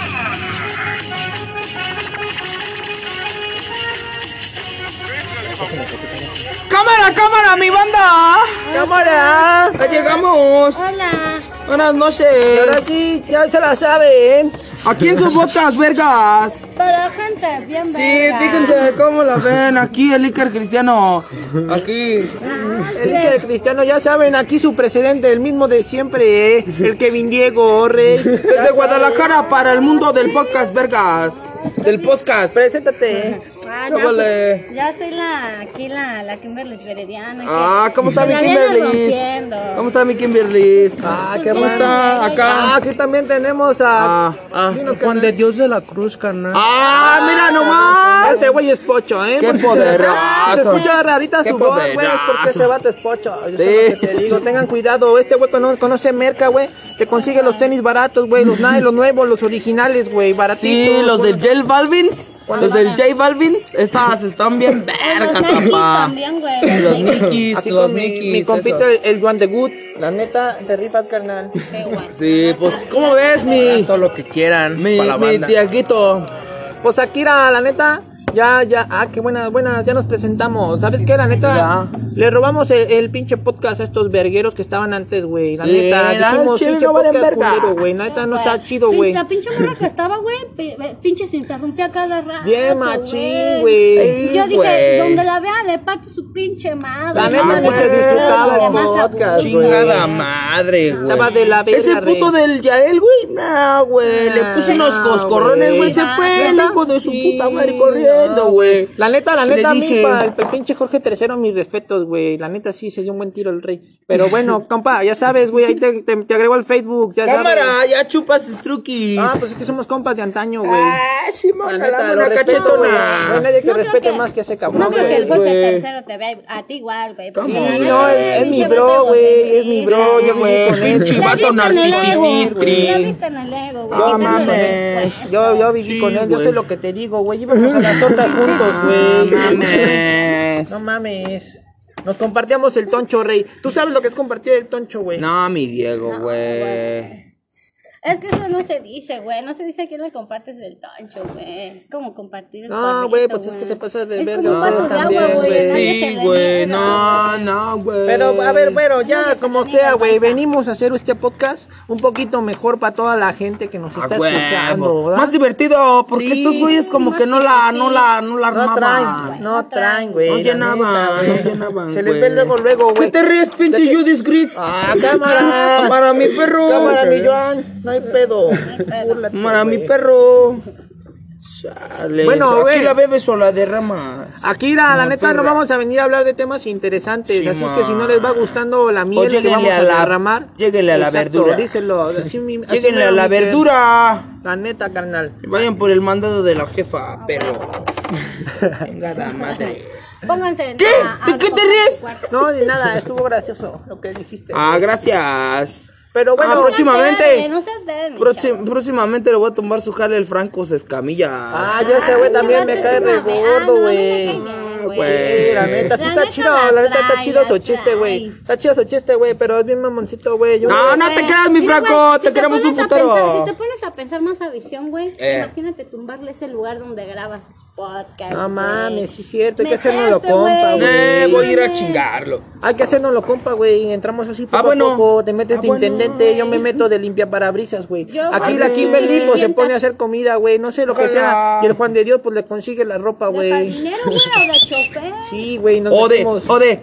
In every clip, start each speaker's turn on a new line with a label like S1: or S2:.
S1: expulsada.
S2: ¡Cámara, cámara, mi banda!
S3: Cámara,
S2: ¡Ya llegamos!
S3: hola.
S2: Buenas
S3: Ahora
S2: noches.
S3: sí, ya se la saben.
S2: Aquí en sus botas, vergas.
S4: Pero gente, bien
S2: Sí,
S4: verga.
S2: fíjense cómo la ven. Aquí el Iker Cristiano. Aquí.
S3: El que el cristiano, ya saben, aquí su presidente, el mismo de siempre, ¿eh? el Kevin Diego Rey. Ya
S2: Desde
S3: saben.
S2: Guadalajara para el mundo del podcast, vergas. Del podcast.
S3: Preséntate. ¿eh?
S4: Ah, ya,
S2: ¿Qué vale?
S4: pues, ya soy la, aquí la, la Kimberly Veridiana.
S2: Ah, ¿cómo está mi
S4: la vienen
S2: Kimberly?
S4: rompiendo.
S2: ¿Cómo está mi Kimberly? Ah,
S4: qué
S2: ¿Cómo
S4: bueno.
S2: está
S3: Ah,
S2: acá?
S3: aquí también tenemos a.
S2: Ah, ah.
S5: Juan de Dios de la Cruz, carnal.
S2: Ah, mira nomás.
S3: Ese güey es pocho, ¿eh?
S2: Qué
S3: Porque se-
S2: poderazo.
S3: Ah, Se, escucha rarita
S2: Qué
S3: su voz, güey. Es
S2: poderazo.
S3: porque ese vato es pocho. Yo
S2: Sí.
S3: sé lo que te digo. Tengan cuidado. Este güey cono- conoce merca, güey. Te consigue los tenis baratos, güey. Los Nike, los nuevos, los originales, güey. Baratitos.
S2: Sí, los del J Balvins. Los del J Balvins. Estas están bien
S4: Pues los
S2: vergas,
S4: Nike
S2: papá.
S4: también, güey. Los Nike,
S2: Nikis,
S3: Así
S2: los
S3: con mi,
S2: Nikis,
S3: mi compita,
S2: esos.
S3: el, el Juan de Good. La neta, te rifas, carnal.
S4: qué guay.
S2: Sí, pues, ¿cómo ves mi,
S5: Todo lo que quieran.
S2: mi,
S5: para la
S2: mi
S5: banda.
S2: Tiaguito?
S3: Pues Akira, la neta, ya, ya, ah, qué buena, buena, ya nos presentamos. ¿Sabes qué? La neta,
S2: Ya.
S3: le robamos el, el pinche podcast a estos vergueros que estaban antes, güey. La
S2: Sí,
S3: neta,
S2: la
S3: dijimos,
S2: chile
S3: pinche
S2: no valen
S3: podcast
S2: verga.
S3: culero, güey. La neta, no está
S4: Güey.
S3: chido,
S4: Pin-
S3: güey.
S4: La pinche morra que estaba, güey, pi- eh, pinche se interrumpía cada rato.
S3: Bien machín, güey.
S4: Yo
S2: Sí,
S4: dije,
S2: güey.
S4: donde la vea, le parto su pinche madre. Ah,
S3: La
S4: Nada
S3: neta,
S4: más
S3: ni se
S4: de-
S3: disfrutaba el
S4: de más a
S3: podcast,
S4: gusto.
S3: güey.
S2: Chingada madre, güey.
S3: Estaba de la verga,
S2: Ese puto
S3: rey.
S2: del Yael, güey. Nah, güey. Le puso unos
S3: nah,
S2: coscorrones, güey.
S3: Ah, güey.
S2: Se
S4: Ah,
S2: fue el
S3: ¿neta?
S2: hijo de su
S3: Sí,
S2: puta madre corriendo,
S3: no,
S2: güey.
S3: La neta, la
S2: Le
S3: neta, a mí,
S2: dije-
S3: pa, el, el pinche Jorge III, mis respetos, güey. La neta, sí, se dio un buen tiro el rey. Pero bueno, compa, ya sabes, güey, ahí te, te, te agrego al Facebook, ya
S2: Cámara,
S3: sabes.
S2: ya chupas Struki.
S3: Ah, pues es que somos compas de antaño, güey.
S2: Ah, Simona,
S3: La neta,
S2: la
S3: lo
S2: mona
S3: respeto, güey. No hay
S2: cachetona.
S3: nadie que
S4: No creo
S3: respete
S4: que-
S3: más que ese cabrón.
S4: No creo que el
S3: güey.
S4: golpe
S2: güey.
S4: tercero te vea a ti igual, güey. porque
S2: ¿Cómo?
S4: la
S2: Sí,
S3: no,
S4: neta,
S3: es- es mi
S4: pinche
S3: bro,
S4: vato
S3: güey, es mi
S4: egocéntrico.
S3: bro,
S2: Oye, güey, pinche
S4: La viste
S2: vato
S4: en el ego, güey. La
S2: narcisista.
S4: viste en el ego, güey.
S3: No
S4: quitándole
S2: mames.
S4: respuesta.
S3: Yo, yo viví
S2: Sí,
S3: con él, yo
S2: güey.
S3: sé lo que te digo, güey. Íbamos a las tortas juntos, güey.
S2: mames.
S3: No mames. Nos compartíamos el toncho, rey. Tú sabes lo que es compartir el toncho, güey.
S2: No, mi Diego, güey.
S4: Es que eso no se dice, güey. No se dice que le compartes el toncho, güey. Es como compartir el
S3: No,
S4: cuadrito,
S3: güey, pues es que se pasa de
S4: Es
S3: verga,
S4: como un
S3: ¿no?
S4: vaso de
S3: También,
S4: agua,
S3: güey.
S4: güey. nadie se
S2: Sí,
S4: le
S2: güey.
S4: niega,
S2: No, no, güey.
S3: Pero, a ver, bueno, ya como
S4: diga,
S3: sea, güey,
S4: pasa.
S3: venimos a hacer este podcast un poquito mejor para toda la gente que nos
S2: A
S3: está
S2: huevo.
S3: escuchando, ¿verdad?
S2: Ah, Más divertido, porque
S3: Sí.
S2: estos güeyes como que no la, no la, no la
S3: No traen,
S2: armaban.
S3: no traen, güey.
S2: No
S3: la
S2: llenaban,
S3: neta, güey.
S2: no llenaban,
S3: Se les ve
S2: güey.
S3: luego, luego,
S2: ¿Qué
S3: güey.
S2: te ríes, pinche Judas Gritz?
S3: Ah, cámara.
S2: Para mi perro.
S3: Cámara, mi Joan, no hay pedo. Búrlate,
S2: Para mi
S3: güey.
S2: perro. Sale.
S3: Bueno,
S2: Bueno,
S3: güey.
S2: aquí la bebes o la derramas.
S3: Akira, la neta no vamos a venir a hablar de temas interesantes,
S2: Sí,
S3: así es que si no
S2: ma.
S3: les va gustando la miel que
S2: lléguenle
S3: vamos a,
S2: a la-
S3: derramar,
S2: lléguenle a la verdura.
S3: díselo, así mi- así
S2: Lléguenle
S3: mero,
S2: a la
S3: mi Ken.
S2: verdura.
S3: La neta, carnal.
S2: Vayan por el mandado de la jefa, perro. Chingada madre.
S4: güey. Pónganse.
S2: ¿Qué? ¿De qué te ríes?
S3: Ah, No, de nada, estuvo gracioso lo que dijiste.
S2: Ah, gracias.
S3: Pero bueno,
S2: Ah, próximamente.
S4: No seas débil,
S2: Próxim- próximamente le voy a tomar su jale el Franco Sescamilla.
S3: Ah, ya ese güey también me cae de gordo, güey. Sí,
S2: güey.
S3: la neta, sí
S4: La
S3: está
S4: neta
S3: chido,
S4: la
S3: la neta está
S4: trae,
S3: chido
S4: la
S3: su chiste, güey.
S4: trae.
S3: Está chido su chiste, güey, pero es bien mamoncito, güey. Yo-
S2: No, no te creas, mi Franco, te queremos un putero.
S4: Si te pones a pensar más a visión, güey,
S2: Eh.
S4: imagínate tumbarle ese lugar donde grabas sus podcasts.
S3: No
S4: güey.
S3: mames, sí es cierto, hay que
S4: Meterte,
S3: hacernoslo compa,
S4: güey.
S3: güey.
S2: Eh, voy a ir a
S4: Mames.
S2: chingarlo.
S3: Hay que hacernoslo compa, güey. Entramos así poco
S2: Ah, bueno.
S3: a poco. Te metes
S2: Ah,
S3: de
S2: bueno.
S3: intendente, yo me meto de limpia parabrisas, güey.
S4: Yo
S3: Aquí
S4: voy
S3: la
S4: de
S3: Kimberly pues, se
S4: sirvienta.
S3: pone a hacer comida, güey. No sé lo que
S2: Ojalá.
S3: sea. Y el Juan de Dios pues le consigue la ropa,
S4: De
S3: güey.
S4: jardinero, güey, o de chofer.
S3: Sí, güey, nos
S2: O de,
S3: metimos.
S2: o de.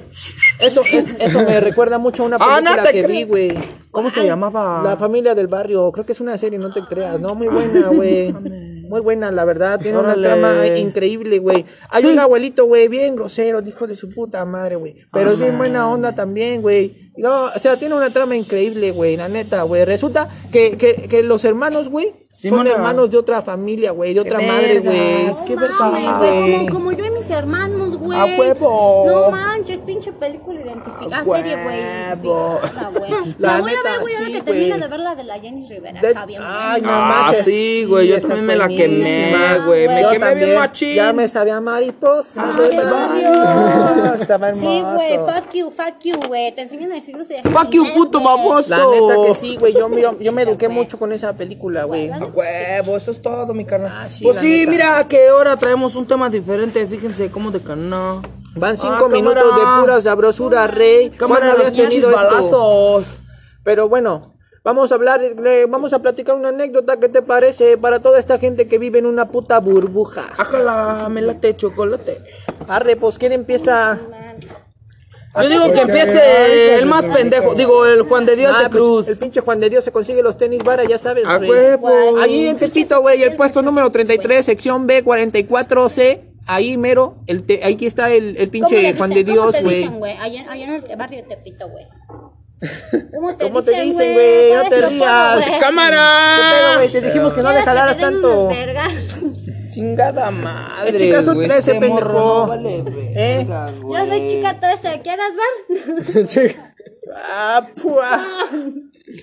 S3: Eso, es- eso me recuerda mucho a una
S2: Ah, no
S3: película
S2: te
S3: que
S2: creo.
S3: vi, güey.
S2: ¿Cómo se llamaba?
S3: La familia del barrio. Creo que es una serie, no te creas. No, muy buena, güey. Muy buena, la verdad. Tiene
S2: Órale.
S3: una trama eh, increíble, güey. Hay un abuelito, güey, bien grosero, hijo de su puta madre, güey. Pero es bien buena onda también, güey. No, o sea, tiene una trama increíble, güey, la neta, güey. Resulta que, que, que los hermanos, güey,
S2: Sí,
S3: son
S2: mona.
S3: hermanos de otra familia, güey, de otra
S2: Qué
S3: madre, güey.
S2: vergas, qué
S4: No mames,
S2: vergas.
S4: güey, como, como yo y mis hermanos, güey.
S2: A huevo.
S4: No pinche, pinche película identificada. Ah,
S6: Huevo.
S4: serie, güey. identificada, güey.
S3: La
S4: La voy a
S3: neta,
S4: ver, güey, ahora
S3: sí,
S4: que termino
S3: güey.
S4: de ver la de la Jenny Rivera.
S3: De-
S4: Está bien
S3: Ay,
S4: buena.
S3: no
S2: Ah,
S3: manches.
S2: sí, güey. Yo
S1: esa
S2: también me
S1: fue
S2: la quemé,
S4: buenísima,
S2: güey. Me
S4: güey.
S3: Yo
S2: quemé
S3: también,
S2: bien machín.
S3: Ya me sabía mariposa. de
S4: Ay,
S3: barrio.
S4: Dios.
S3: Estaba
S4: Sí,
S3: hermoso.
S4: güey, fuck you, fuck you, güey. Te enseñan a decir groserías.
S2: Fuck you, puto baboso.
S3: La neta que sí, güey. Yo, yo, yo me eduqué mucho con esa película, güey.
S6: A huevo, eso es todo, mi carnal.
S3: Ah, sí,
S2: Pues
S3: la
S2: sí,
S3: neta.
S2: mira que ahora traemos un tema diferente. Fíjense cómo de canal.
S3: Van cinco
S2: Ah,
S3: minutos
S2: cámara.
S3: de pura sabrosura, rey. ¿Cuándo
S2: Cámara,
S3: habías
S2: los pinches
S3: tenido esto?
S2: balazos.
S3: Pero bueno, vamos a hablar, le- vamos a platicar una anécdota que te parece para toda esta gente que vive en una puta burbuja.
S2: Ájala, me late chocolate.
S3: Arre, pues quién empieza. Ah,
S2: Yo
S3: pues,
S2: digo que empiece el más pendejo. Digo, el Juan de Dios
S3: Ah,
S2: de
S3: pues,
S2: Cruz.
S3: El pinche Juan de Dios se consigue los tenis vara, ya sabes.
S2: A
S3: rey.
S2: huevo.
S3: Ahí en Tepito, güey, el puesto número 33, sección B, 44C. Ahí mero, el te- ahí está el, el
S4: ¿Cómo le
S3: pinche Juan de
S4: dicen? ¿Cómo
S3: Dios,
S4: te
S3: güey.
S4: dicen, güey? Allá, allá en el barrio de Tepito, güey. ¿Cómo te
S3: ¿Cómo te
S4: dicen,
S3: dicen, güey? No
S4: Por
S3: te
S4: eso puedo,
S3: rías.
S4: güey.
S3: ¿Qué pedo, güey? Te dijimos Ah. que no le
S4: ¿Quieres que
S3: jalaras
S4: te den
S3: tanto.
S4: unas vergas?
S6: Chingada madre.
S3: El chica son
S6: güey,
S3: 13,
S6: este morro no
S3: pendejo.
S6: vale verga,
S4: Yo soy chica 13, ¿quieres ver?
S3: Ah, pua.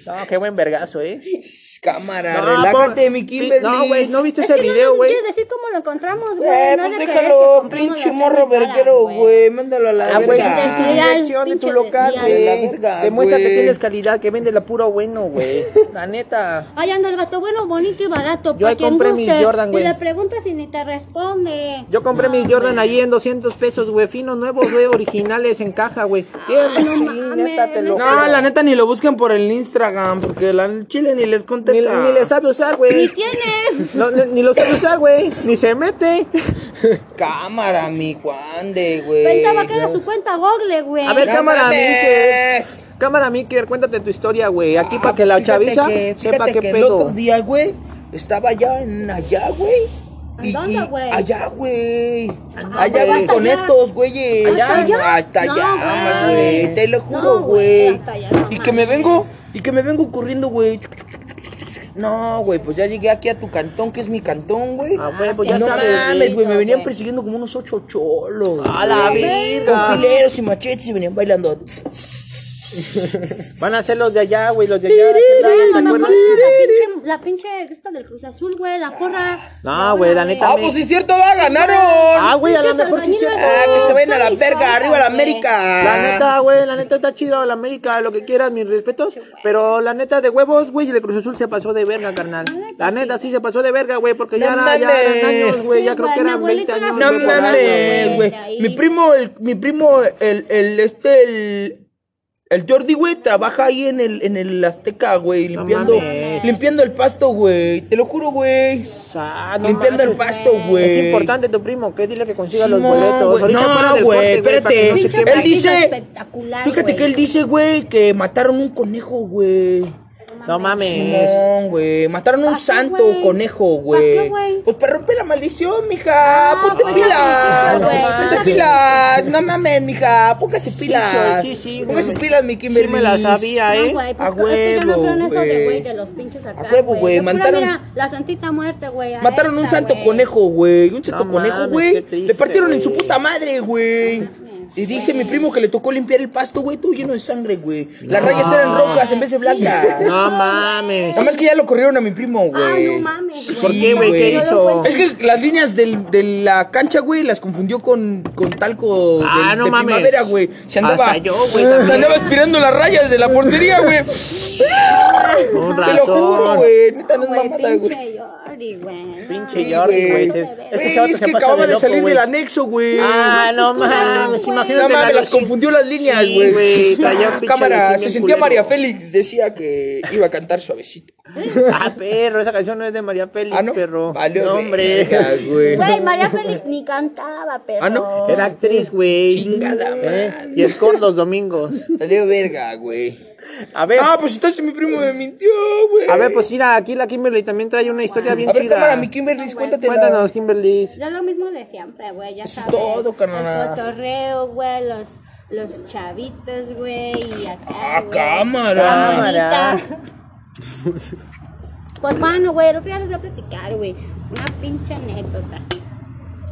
S3: No, qué buen vergazo, eh.
S6: Shh, Cámara,
S3: No,
S6: Ah, relájate,
S2: pues,
S3: po-
S6: mi Kimberly.
S3: No, güey, no viste
S4: Es
S3: ese
S4: que no
S3: video,
S4: nos
S3: güey.
S4: quieres decir cómo lo encontramos, güey.
S6: Eh,
S4: no
S6: pues
S4: es de que es que
S6: déjalo,
S4: compramos
S6: pinche
S4: las
S6: morro
S4: carnes caras,
S6: verguero, güey. Mándalo a la
S3: Ah, güey,
S6: verga.
S4: desde-
S3: es dirección de tu
S4: pinche
S3: local,
S4: desviado.
S3: güey.
S6: De la verga,
S3: Demuestra que
S6: güey.
S3: tienes calidad, que vendes la puro bueno, güey. La neta.
S4: Ahí anda el vato bueno, bonito y barato.
S3: Yo
S4: pa'
S3: ahí
S4: quien
S3: compré mi
S4: guste.
S3: Jordan, güey.
S4: Y le preguntas y ni te responde.
S3: Yo compré mis Jordan ahí en 200 pesos, güey. Finos nuevos, güey, originales en caja, güey. Bien, sí,
S4: mames,
S3: neta, te lo
S2: No,
S3: juro.
S2: la neta ni lo busquen por el Instagram, porque la el chile ni les
S3: Ni,
S2: contesta.
S3: ni le sabe usar,
S4: Ni
S3: güey.
S4: tienes.
S3: No, ni, ni lo sabe usar, güey. Ni se mete.
S6: Cámara, mi Juan de, güey.
S4: Pensaba que era su cuenta Google, güey.
S3: A ver,
S6: No
S3: cámara, Miker.
S6: mames.
S3: Cámara, Miker, cuéntate tu historia, güey. Aquí para
S6: Ah,
S3: que la
S6: fíjate
S3: chaviza
S6: que-
S3: sepa
S6: fíjate
S3: qué
S6: que El
S3: pedo.
S6: otro día, güey, estaba allá en allá, güey.
S4: ¿En
S6: Y-
S4: dónde,
S6: y-
S4: güey?
S6: Allá, güey. allá,
S4: güey.
S6: güey,
S4: ¿Hasta
S6: con
S4: allá?
S6: estos, güeyes.
S4: ¿Hasta allá?
S6: Hasta
S4: No,
S6: allá,
S4: güey.
S6: güey. Te lo
S4: No,
S6: juro,
S4: güey,
S6: güey.
S4: hasta allá, no
S6: y que me
S4: manches.
S6: vengo, y que me vengo corriendo, güey. No, güey, pues ya llegué aquí a tu cantón, que es mi cantón, güey.
S3: Ah, güey, pues
S4: sí,
S3: ya
S4: sí,
S6: no
S3: sabes.
S6: mames, güey, me
S4: güey.
S6: venían persiguiendo como unos ocho cholos.
S3: A la
S6: güey.
S3: verga.
S6: Con fileros y machetes y venían bailando.
S3: Van a ser los de allá, güey, los de allá. ¿qué tal?
S4: Bueno,
S3: ¿Te
S4: me
S3: acuerdas?
S4: acuerdo de la pinche, la pinche esta del Cruz Azul, güey, la porra.
S3: No, güey, la neta.
S6: Ah, pues sí, es cierto, da, ganaron.
S3: Ah, güey, a lo
S4: Pinches
S3: mejor sí se...
S4: albañiles,
S6: Ah, que se vayan a la
S4: Son
S6: verga,
S4: históricas,
S6: arriba la
S4: güey.
S6: América.
S3: La neta, güey, la neta está chido la América, lo que quieras, mis respetos. Pero la neta de huevos, güey, el Cruz Azul se pasó de verga, carnal. La neta sí se pasó de verga, güey, porque ya,
S6: No
S3: era- ya
S6: mames.
S3: eran años, güey, ya
S4: Sí,
S3: creo
S4: güey,
S3: que
S4: mi
S3: eran
S4: abuelito
S3: 20
S4: era
S3: años.
S4: así,
S2: No
S3: güey, por ahí,
S2: mames,
S4: güey,
S2: güey.
S4: de ahí.
S2: Mi primo, el, mi primo, el, el, este, el, el Jordi, güey, trabaja ahí en el, en el Azteca, güey, limpiando,
S3: mames.
S2: limpiando el pasto, güey. Te lo juro, güey.
S3: Ah, no
S2: limpiando el
S3: manches.
S2: pasto, güey.
S3: Es importante tu primo, que dile que consiga los
S2: Simón,
S3: boletos.
S2: güey.
S3: Ahorita
S2: No,
S3: fuera del
S2: güey,
S3: corte, para que
S2: espérate.
S3: no se
S4: Pinche
S2: Él
S3: pierda.
S4: partido
S2: dice-
S4: espectacular,
S2: Fíjate
S4: güey.
S2: que él dice, güey, que mataron un conejo, güey.
S3: No mames.
S2: Simón, güey. Mataron un
S4: ¿Pa' qué,
S2: santo
S4: güey?
S2: conejo,
S4: ¿Pa' qué,
S2: güey.
S4: güey?
S2: Pues para romper la maldición, mija.
S3: Ah,
S2: Ponte
S4: pues,
S2: pilas.
S4: no, güey,
S2: Ponte
S4: no
S2: pilas. No mames, mija. Póngase pilas.
S3: sí, sí, güey.
S2: Póngase pilas, mi Kimberly.
S3: Sí me la sabía,
S4: No,
S3: ¿eh?
S4: güey, pues
S2: A
S4: es que yo no
S2: huevo,
S4: creo en eso de
S2: güey.
S4: güey de los pinches acá.
S2: A huevo, güey,
S4: Yo pura,
S2: mataron-
S4: Mira, la santita muerte, güey. a
S2: Mataron
S4: esta,
S2: un santo
S4: güey.
S2: conejo, güey. Un santo
S3: No
S2: conejo,
S3: mames,
S2: güey.
S3: qué triste,
S2: le partieron en su
S3: güey.
S2: puta madre, güey. Y dice mi primo que le tocó limpiar el pasto, güey, todo lleno de sangre, güey. Las rayas eran rojas en vez de blancas.
S3: No mames.
S2: Nada más que ya lo corrieron a mi primo,
S4: Ah,
S2: güey.
S4: no mames, güey.
S3: ¿Por qué, güey? ¿Qué
S2: güey.
S3: hizo?
S2: Es que las líneas del- de la cancha, güey, las confundió con, con talco de,
S3: Ah, no
S2: de
S3: mames.
S2: primavera, güey. Se andaba,
S3: Hasta yo, güey,
S2: se
S3: también.
S2: andaba aspirando las rayas de la portería, güey.
S3: Con
S2: Te lo juro,
S3: razón.
S2: güey. Neta, no es
S4: Güey,
S2: mamada, güey.
S4: pinche Jordi, güey.
S3: Pinche
S2: Sí,
S4: Jordi.
S3: Jordi,
S2: güey.
S3: güey.
S2: Güey,
S3: Este- este
S2: Es,
S3: vato se
S2: que
S3: pasa
S2: acababa de,
S3: loco,
S2: salir
S3: güey.
S2: del anexo, güey.
S3: Ah, no mames,
S4: güey.
S3: imagínate.
S2: no mames,
S3: la-
S2: las confundió las líneas,
S3: Sí,
S2: güey.
S3: güey, traía un pinche
S2: Cámara,
S3: vecino
S2: se
S3: bien
S2: sentía
S3: culero.
S2: María Félix, decía que iba a cantar suavecito.
S3: Ah, perro, esa canción no es de María Félix,
S2: Ah, no.
S3: perro.
S2: Valió
S3: No, hombre.
S2: verga, güey.
S4: Güey, María Félix ni cantaba, pero.
S2: Ah, no.
S3: Era actriz, güey.
S2: Chingada
S3: ¿Eh?
S2: madre.
S3: Y es con los domingos.
S2: Salió verga, güey.
S3: A ver,
S2: Ah, pues entonces mi primo me mintió, güey.
S3: a ver, pues mira, aquí la Kimberly también trae una historia bien
S2: A ver,
S3: chida.
S2: cámara, mi Kimberly, cuéntate.
S3: Cuéntanos, Kimberly.
S4: Ya lo mismo de siempre, güey, ya
S2: Eso es
S4: sabes.
S2: todo, carnal.
S4: El cotorreo, güey, los, los chavitos, güey, y acá.
S2: Ah,
S4: güey.
S2: cámara.
S3: Cámara.
S4: Pues bueno, güey, el otro día les voy a platicar, güey. Una pinche anécdota.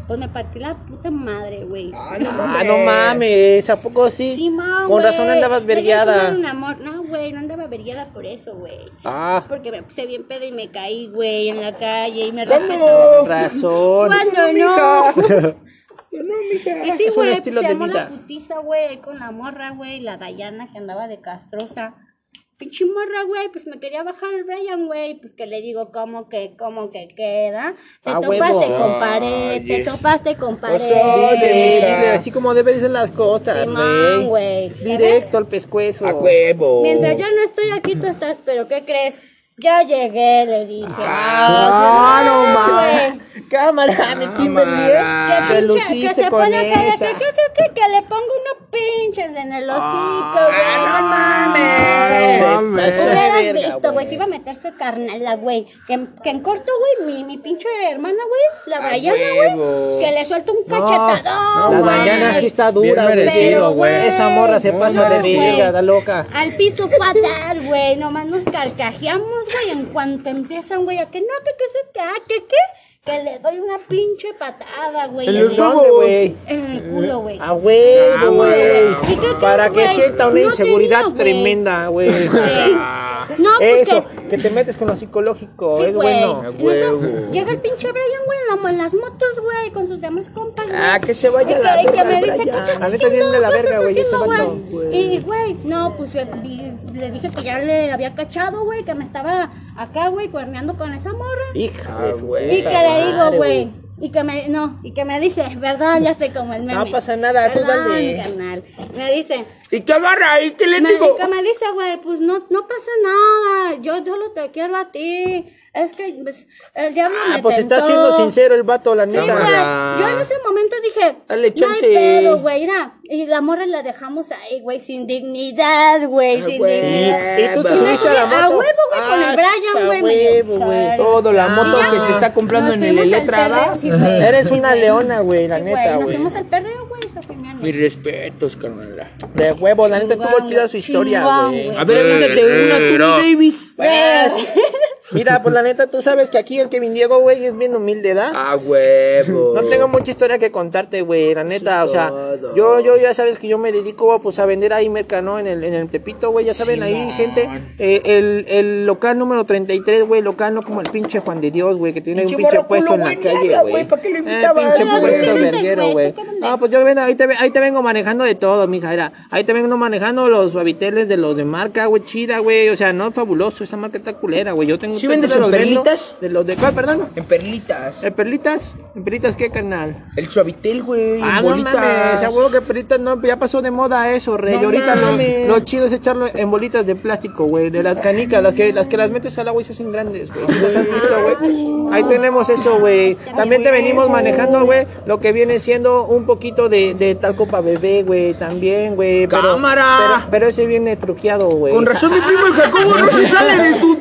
S4: Pues me partí la puta madre, güey.
S2: Ah, no mames.
S3: Ah, no mames, ¿a poco sí?
S4: Sí, ma,
S3: Con
S4: güey.
S3: razón andabas
S4: Deja de
S3: vergueada.
S4: fumar un amor. No, güey, no andaba vergueada por eso, güey.
S3: Ah,
S4: Porque me puse bien pedo y me caí, güey, en la calle y me
S2: ¿Cuándo?
S4: raspé.
S3: razón.
S4: ¿Cuándo no?
S2: mija. No, mija.
S4: Y sí,
S3: Es un
S4: güey,
S3: estilo
S4: pues, se
S3: de
S4: armó la
S3: vida.
S4: putiza, güey, con la morra, güey, la Dayana que andaba de castrosa. Pinche morra, güey, pues me quería bajar el Brian, güey, pues que le digo, ¿cómo que, cómo que queda? Te
S3: Ah,
S4: topaste
S3: huevo.
S4: con pared,
S2: Ay,
S4: te
S2: es-
S4: topaste con pared.
S2: Osote,
S3: Dile,
S2: mija.
S3: dile, así como debe decir las cosas,
S4: Simón,
S3: güey.
S4: güey. ¿sabes?
S3: Directo al pescuezo.
S2: A huevo.
S4: Mientras yo no estoy aquí, tú estás, pero ¿qué crees? Ya llegué, le dije. pues,
S3: Ah, no
S4: güey.
S3: mames.
S2: Ah,
S3: Cámara, me timbre
S2: Cámara.
S3: bien. Te
S4: Que pinche, que
S3: luciste
S4: se
S3: con
S4: pone acá,
S3: esa.
S4: que, que, que, que, que le pongo unos pinches en el hocico, güey.
S2: Ah, no
S4: no
S2: mames.
S4: mames.
S3: Ah, Mames.
S4: Pues, Hubieras
S3: Verga,
S4: visto,
S3: güey.
S4: güey, si iba a meterse carnala, güey. Que, en- que en corto, güey, mi, mi pinche hermana, güey, la
S2: A
S4: Brayana,
S2: huevos.
S4: güey, que le suelta un
S3: No,
S4: cachetadón,
S3: la
S4: güey.
S3: mañana sí está
S2: Bien
S3: dura,
S2: merecido,
S3: güey.
S4: güey.
S3: Esa morra se
S4: No,
S3: pasa de
S4: güey.
S3: verga, da loca.
S4: Al piso fatal, güey. Nomás nos carcajeamos, güey. En cuanto empiezan, güey, a que no, que que se que, ah, que que, que le doy una pinche patada, güey.
S2: El
S4: En
S3: ¿En Ah,
S2: Los
S3: dónde,
S2: huevos. Ah,
S3: güey?
S4: en el culo, güey.
S3: A huevo,
S2: güey.
S4: ¿Y qué
S3: güey.
S4: crees,
S3: Para que
S4: güey?
S3: sienta una
S4: No
S3: inseguridad
S4: tenía, güey.
S3: tremenda, güey.
S4: Güey. No, pues
S3: Eso,
S4: que.
S3: que te metes con lo psicológico,
S4: Sí,
S3: es
S4: güey.
S3: bueno.
S4: En eso
S2: huevo.
S4: Llega el pinche Brian, güey, en, la- en las motos, güey, con sus demás compas, güey.
S2: Ah, que se vaya
S4: Y que,
S2: la
S4: y que
S2: verga
S4: me
S2: el
S4: dice, ¿qué
S2: Brian.
S4: estás
S3: La neta
S4: haciendo?
S3: viene de la
S4: ¿Qué
S3: verga,
S4: estás
S3: güey, ese
S4: haciendo,
S3: vato,
S4: güey? Y, güey, no, pues le, di- le dije que ya le había cachado, güey, que me estaba acá, güey, cuerneando con esa morra.
S3: Hija
S2: Ah,
S3: de su
S2: güey.
S4: Y que
S3: puta
S4: le digo,
S3: madre,
S4: güey. Y que me, no, y que me dice, verdad, ya estoy como el meme.
S3: No pasa nada, tú
S4: Perdón,
S3: dale.
S4: carnal. Me dice,
S2: ¿Y qué agarra ahí? ¿Qué le
S4: me,
S2: digo?
S4: que me dice, güey, pues no, no pasa nada, yo solo te quiero a ti. Es que pues, el diablo
S3: Ah,
S4: me
S3: pues está
S4: tentó.
S3: siendo sincero el vato, la
S4: Sí, güey.
S3: neta.
S2: Cámara.
S4: Yo en ese momento dije,
S2: Dale
S4: no hay
S2: chance.
S4: pedo, güey, mira. Y la morra la dejamos ahí, güey, sin dignidad, güey, sin
S2: güey.
S4: dignidad.
S3: ¿Y tú te
S2: Ah,
S3: Ah, subiste a la moto?
S4: A huevo, güey, con
S3: Ah,
S4: el Brian, güey.
S3: a
S4: me
S3: huevo,
S4: dio-
S3: güey.
S2: Todo, la moto
S4: Y ya,
S2: que se está comprando
S4: nos
S2: en el
S4: fuimos al
S2: Eletrada.
S4: perreo, sí, güey.
S3: Eres
S4: Sí,
S3: una
S4: güey.
S3: leona, güey, la
S4: Sí,
S3: neta,
S4: Nos
S3: güey.
S4: fuimos al perreo, güey, esa fue mi anécdota.
S2: Mis respetos, carnal.
S3: De huevo, la neta estuvo
S4: Chingón,
S3: chida su
S4: güey.
S3: historia,
S4: Chingón,
S3: güey.
S4: güey.
S2: A ver, aviéntate una tú, mi Davis.
S3: Mira, pues la neta, tú sabes que aquí el Kevin Diego, güey, es bien humilde, ¿verdad?
S2: A huevo.
S3: No tengo mucha historia que contarte, güey, la neta, o sea,
S2: todo.
S3: yo, yo ya sabes que yo me dedico, pues, a vender ahí merca, ¿no? En el, en el Tepito, güey, ya saben, ahí,
S2: Simón.
S3: gente, eh, el, el local número 33, güey, local no como el pinche Juan de Dios, güey, que tiene un
S2: Pinche
S3: pinche
S2: borraculo,
S3: puesto en la
S2: güey, ni
S3: calle,
S2: habla,
S3: güey.
S2: güey, ¿pa' qué lo
S3: Eh,
S2: invitabas?
S3: pinche
S2: Pero, ¿qué
S3: puesto
S4: vendes,
S3: verguero,
S4: güey?
S3: güey.
S4: ¿Tú qué vendes?
S3: Ah, pues yo vendo, ahí te, ve- ahí te vengo manejando de todo, mija, era, ahí te vengo manejando los suaviteles de los de marca, güey, chida, güey, o sea, no, fabuloso, esa marca está culera, güey, yo tengo...
S2: ¿Sí vendes
S3: de los
S2: en
S3: vendo-
S2: perlitas?
S3: De los de, ¿cuál, perdón?
S2: En perlitas.
S3: ¿En perlitas? ¿En perlitas qué, canal?
S2: El suavitel, güey.
S3: Ah,
S2: en
S3: no
S2: bolitas.
S3: mames, seguro que perritas no, ya pasó de moda eso, rey.
S2: No
S3: Y ahorita
S2: mames.
S3: lo, lo chido es echarlo en bolitas de plástico, güey, de las canicas, las que, las que las metes al agua y se hacen grandes, güey. ¿Sí las has visto, güey? Ahí tenemos eso, güey. También te venimos manejando, güey, lo que viene siendo un poquito de, de talco para bebé, güey, también, güey. Pero,
S2: ¡Cámara!
S3: Pero, pero ese viene truqueado, güey.
S2: Con razón mi primo el Jacobo no se sale de tu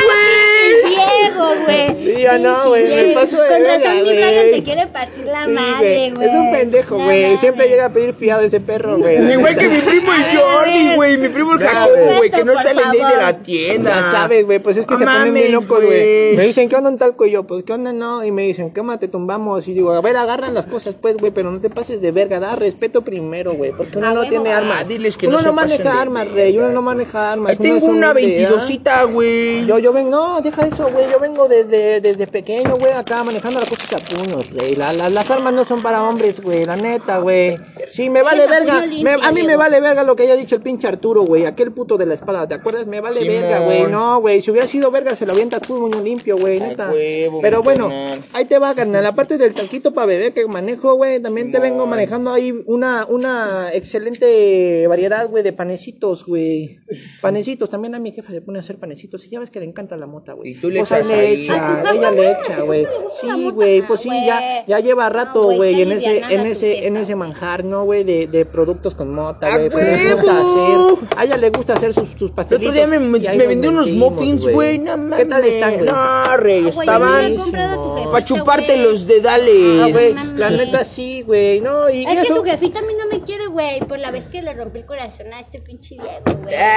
S2: tienda,
S4: Diego, güey.
S3: Sí, ya no, güey, me paso de
S4: Con
S3: verga,
S4: razón, mi
S3: güey.
S4: Brian te quiere partir la
S3: Sí,
S4: madre, güey.
S3: Es un pendejo,
S4: No
S3: güey.
S4: mames.
S3: Siempre llega a pedir fiado ese perro, güey.
S2: güey. Igual que mi primo el Jordi, güey. Mi primo el
S3: Ya,
S2: Jacobo,
S3: güey.
S2: güey, que no
S4: Por
S2: sale de ahí de la
S4: favor.
S2: tienda.
S3: Ya sabes, güey, pues es que
S2: No
S3: se ponen
S2: mames,
S3: bien locos, güey.
S2: güey.
S3: Me dicen, ¿qué onda un talco? Y yo, pues, ¿qué onda no? Y me dicen, ¿qué onda te tumbamos? Y digo, a ver, agarran las cosas, pues, güey, pero no te pases de verga, da respeto primero, güey, porque uno
S4: Ah,
S3: no
S4: huevo.
S3: tiene armas.
S2: diles que
S3: uno
S2: no se pasen de
S3: maneja armas, rey, uno no maneja armas.
S2: Ahí
S3: uno es
S2: tengo una
S3: humilde, ¿ah?
S2: 22cita, güey.
S3: Yo, yo vengo, no, deja eso, güey. Yo vengo desde, desde pequeño, güey, acá manejando las cosas a puños, güey. La- la- las armas no son para hombres, güey, la neta, güey. Sí, me vale
S4: Eres a
S3: verga.
S4: puño
S3: me-
S4: limpio,
S3: a mí me
S4: Diego.
S3: vale verga lo que haya dicho el pinche Arturo, güey. Aquel puto de la espada, ¿te acuerdas? Me vale
S2: Simón.
S3: verga, güey. No, güey. Si hubiera sido verga, se lo avienta tú, puño limpio, güey, neta.
S2: huevo,
S3: Pero
S2: mi
S3: bueno,
S2: carnal.
S3: ahí te va, carnal. Aparte del tanquito para bebé que manejo, güey, también te vengo manejando ahí una, una excelente variedad, güey, de panecitos, güey. Panecitos, también a mi jefa se pone a hacer panecitos. Y ya ves que le encanta la mota, güey.
S2: Y tú le
S3: Pues ahí
S2: echas ahí.
S3: echa,
S2: ¿A tu
S3: ella
S4: jefa?
S3: le echa, güey.
S4: ¿Cómo le gusta
S3: Sí,
S4: la mota?
S3: güey, pues sí, ya, ya lleva rato,
S4: No, güey,
S3: güey,
S4: qué
S3: en ese,
S4: alivianada
S3: en
S4: tu
S3: ese, en
S4: jefa,
S3: ese manjar, ¿no, güey? De, de productos con mota,
S2: ¡A
S3: güey. Pues le gusta
S2: huevo!
S3: hacer- A ella le gusta hacer sus, sus
S2: El otro
S3: pastelitos.
S2: día me,
S3: y pues, ahí
S2: me
S3: nos
S2: vendió unos
S3: metimos,
S2: muffins, güey. No mames.
S3: ¿Qué tal están, güey?
S2: No, rey,
S4: Ah, güey, yo le
S2: estaban.
S4: he comprado a tu jefita,
S2: Para chuparte
S4: güey.
S2: los
S3: Ah,
S2: dedales.
S3: güey,
S4: No mames.
S3: la neta sí, güey. No, y
S4: Es que
S3: eso.
S4: tu jefita a mí no me quiere, güey, por la vez que le rompí el corazón a este pinche Diego, güey.
S2: Ah,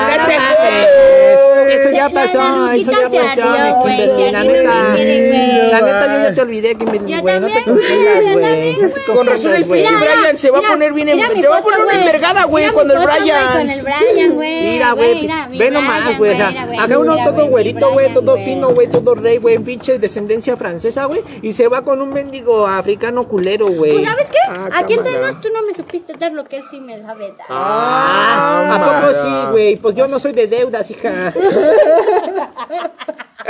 S3: Ah,
S2: no
S3: no
S2: se
S3: mames.
S2: jodas.
S3: eso ya
S4: La
S3: pasó, eso
S4: Lupita
S3: ya
S4: se ardió,
S3: pasó, mi
S4: güey,
S3: Kimberly,
S4: se
S3: la
S4: ardió,
S3: neta.
S4: güey.
S3: La neta, yo ya te olvidé, Kimberly,
S4: Yo
S3: güey, no te
S4: también, güey,
S3: confundas,
S4: yo
S3: güey.
S4: también,
S3: No te
S4: güey.
S2: Con razón el
S3: confundas, güey.
S2: pinche
S4: Mira,
S2: Brian se va a
S4: mira,
S2: poner bien.
S4: mira mi
S2: en- Se va a
S4: foto,
S2: poner una
S4: güey.
S2: envergada, güey,
S4: Mira mi
S2: cuando el
S4: foto, güey, Con el
S2: Brian.
S4: Brian, güey.
S3: Mira, güey,
S4: mi
S3: ve
S4: Brian,
S3: nomás, güey, o sea,
S4: mira,
S3: acá uno
S4: mira,
S3: todo
S4: mi
S3: güerito, güey,
S4: Brian,
S3: todo fino, güey, todo rey, güey, pinche descendencia francesa, güey, y se va con un mendigo africano culero, güey.
S4: Pues, ¿sabes qué?
S3: Ah,
S4: Aquí entre
S3: cámara.
S4: nos tú no me supiste dar lo que él sí me sabe dar.
S3: Ah, ¿A poco sí, güey? Pues yo no soy de deudas, hija.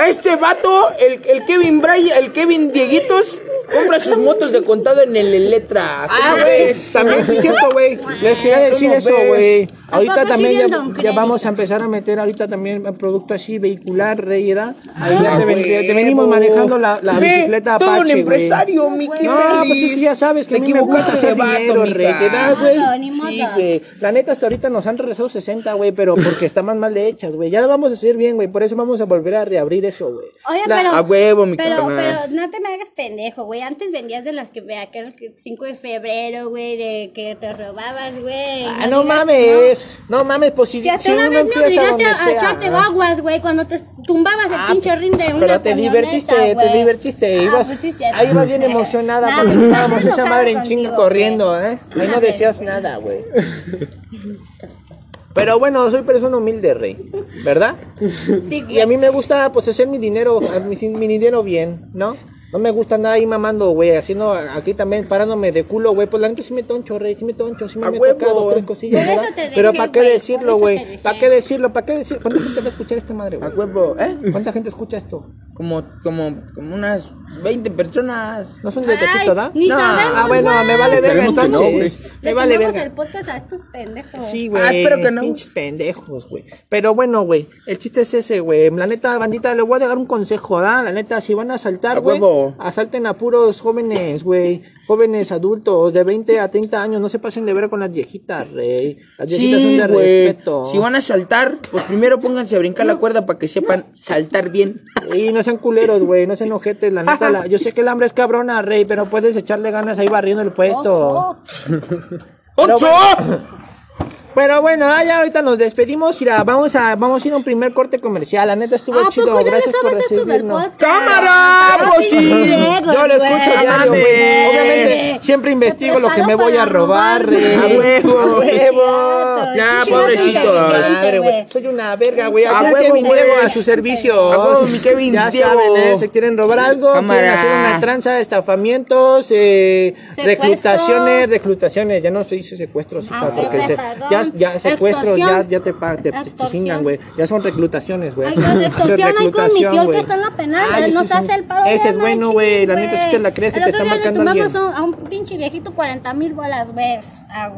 S2: Este vato, el, el Kevin Brian, el Kevin Dieguitos, compra sus motos de contado en el Eletra.
S3: Ah, güey, también sí es cierto, güey. Les quería decir eso, güey. Ahorita
S4: poco sí
S3: también
S4: bien
S3: ya,
S4: don
S3: ya
S4: Crédito?
S3: vamos a empezar a meter ahorita también un producto así vehicular, rey, ¿verdad? Ahí ya
S2: Ah,
S3: te, ven-
S2: huevo.
S3: te venimos manejando la, la
S2: Ve,
S3: bicicleta
S2: Todo un
S3: Apache, güey.
S2: empresario, mi
S4: No,
S2: Kimberly.
S3: No, pues es que ya sabes que
S2: Te
S3: a mí me gusta
S2: equivocaste
S3: hacer
S2: de vato,
S3: dinero,
S2: mija.
S3: rey. Te da,
S4: Ni
S3: güey.
S4: modo, ni
S3: Sí,
S4: modo.
S3: güey. La neta, hasta ahorita nos han regresado 60, güey, pero porque estaban mal hechas, güey. Ya la vamos a hacer bien, güey. Por eso vamos a volver a reabrir eso, güey.
S4: Oye,
S3: La-
S4: pero.
S2: a huevo, mi
S4: pero,
S2: carnal.
S4: pero no te me hagas pendejo, güey. Antes vendías de las que vea, aquel que 5 de febrero, güey, de que te robabas, güey.
S3: Ah, no
S4: digas que
S3: mames. No mames, pues si,
S4: Si hasta
S3: si
S4: una
S3: uno
S4: vez me
S3: empieza
S4: obligaste
S3: donde
S4: a, a
S3: sea. Ah, pues,
S4: echarte aguas, güey, cuando te tumbabas el pinche ring de una
S3: Pero te
S4: camioneta,
S3: divertiste, te
S4: güey.
S3: divertiste.
S4: Ah,
S3: Ibas,
S4: pues sí, cierto.
S3: ahí ibas bien emocionada
S4: Nah,
S3: porque
S4: sí,
S3: estábamos
S4: estaba
S3: esa madre en
S4: enojada
S3: chinga
S4: contigo,
S3: corriendo,
S4: güey.
S3: ¿eh? Ahí no
S4: Mames,
S3: decías nada, güey. Pero bueno, soy persona humilde, rey, ¿verdad?
S4: Sí,
S3: ¿eh? Y a
S4: güey.
S3: mí me gusta, pues, hacer mi dinero, mi, mi dinero bien, ¿no? No me gusta andar ahí mamando, güey, haciendo aquí también, parándome de culo, güey. Pues la neta sí me toncho, rey, sí me toncho, sí me
S2: A
S3: meto
S2: huevo.
S3: acá dos, tres cosillas,
S4: Por eso
S3: ¿verdad?
S4: te dejé,
S3: Pero ¿para qué
S4: güey, por
S3: decirlo,
S4: eso
S3: güey?
S4: te dejé.
S3: ¿Para qué decirlo? ¿Para qué decirlo? ¿Cuánta gente va a escuchar esta madre,
S2: A
S3: güey?
S2: huevo, ¿eh?
S3: ¿Cuánta gente escucha esto?
S2: Como, como, como unas 20 personas.
S3: No son de
S4: Ay,
S3: cachito, ¿da?
S4: ni
S2: No.
S4: sabemos,
S3: Ah, bueno, me vale verga
S1: Esperemos que no,
S3: entonces. me
S4: Le
S3: vale
S4: tomamos
S3: verga.
S4: el podcast a estos pendejos.
S3: Sí, güey.
S2: Ah, espero que no.
S3: Pinches pendejos, güey. Pero bueno, güey. El chiste es ese, güey. La neta, bandita, le voy a dar un consejo, ¿da? La neta, si van a asaltar,
S2: A
S3: güey.
S2: huevo.
S3: Asalten a puros jóvenes, güey. Jóvenes adultos de 20 a 30 años. No se pasen de ver con las viejitas, rey. Las viejitas
S2: Sí,
S3: son de
S2: güey.
S3: respeto.
S2: Si van a saltar, pues primero pónganse a brincar la cuerda para que sepan saltar bien.
S3: Y no sean culeros, güey, no sean ojetes, la neta. la- Yo sé que el hambre es cabrona, rey, pero puedes echarle ganas ahí barriendo el puesto.
S4: Ojo.
S3: Pero
S2: ¡Ocho!
S3: Pero bueno, ah, ya ahorita nos despedimos. Mira, vamos a, vamos a ir a un primer corte comercial. La neta estuvo
S4: ¿A poco
S3: chido.
S4: ya le
S3: Gracias por
S4: sabes esto del
S3: recibirnos.
S4: podcast?
S2: ¡Cámara!
S4: Ah,
S2: Pues sí.
S4: Diego,
S3: Yo lo
S4: güey.
S3: escucho
S2: Ah,
S3: diario,
S2: mames.
S3: güey. Obviamente, siempre investigo lo que me voy a robar, eh. rey.
S4: Ah,
S2: A huevo.
S3: A huevo.
S4: Cierto,
S2: Ya,
S4: sí,
S2: pobrecitos.
S4: inteligente,
S3: Madre,
S4: güey.
S3: güey. Soy una verga, güey.
S2: A
S3: Aquí
S2: huevo,
S3: Kevin
S2: güey.
S3: Diego a su servicio.
S2: A huevo, mi Kevin
S3: Ya
S2: Diego.
S3: saben, ¿eh? Se quieren robar algo, quieren
S2: Cámara.
S3: hacer una tranza, estafamientos, eh,
S4: Secuestro.
S3: reclutaciones, reclutaciones. Ya no se dice secuestros, hija,
S4: Ah,
S3: porque
S4: ok.
S3: se- ya, ya secuestros, ya,
S4: Extorsión.
S3: ya te, pa- te, te
S4: Extorsión.
S3: chingan, güey. Ya son reclutaciones, güey.
S4: Ay, la de extorsión, ahí con mi tío, el que
S3: güey.
S4: está en la penal,
S3: Pues, Ay,
S4: él
S3: ese
S4: nos
S3: es un-
S4: hace el paro
S3: Ese
S4: bien
S3: es bueno,
S4: machín,
S3: güey. La neta, sí te la crees que
S4: El
S3: te
S4: otro
S3: está
S4: día
S3: marcando
S4: le
S3: alguien.
S4: tomamos a un pinche viejito 40 mil bolas, güey. A huevo,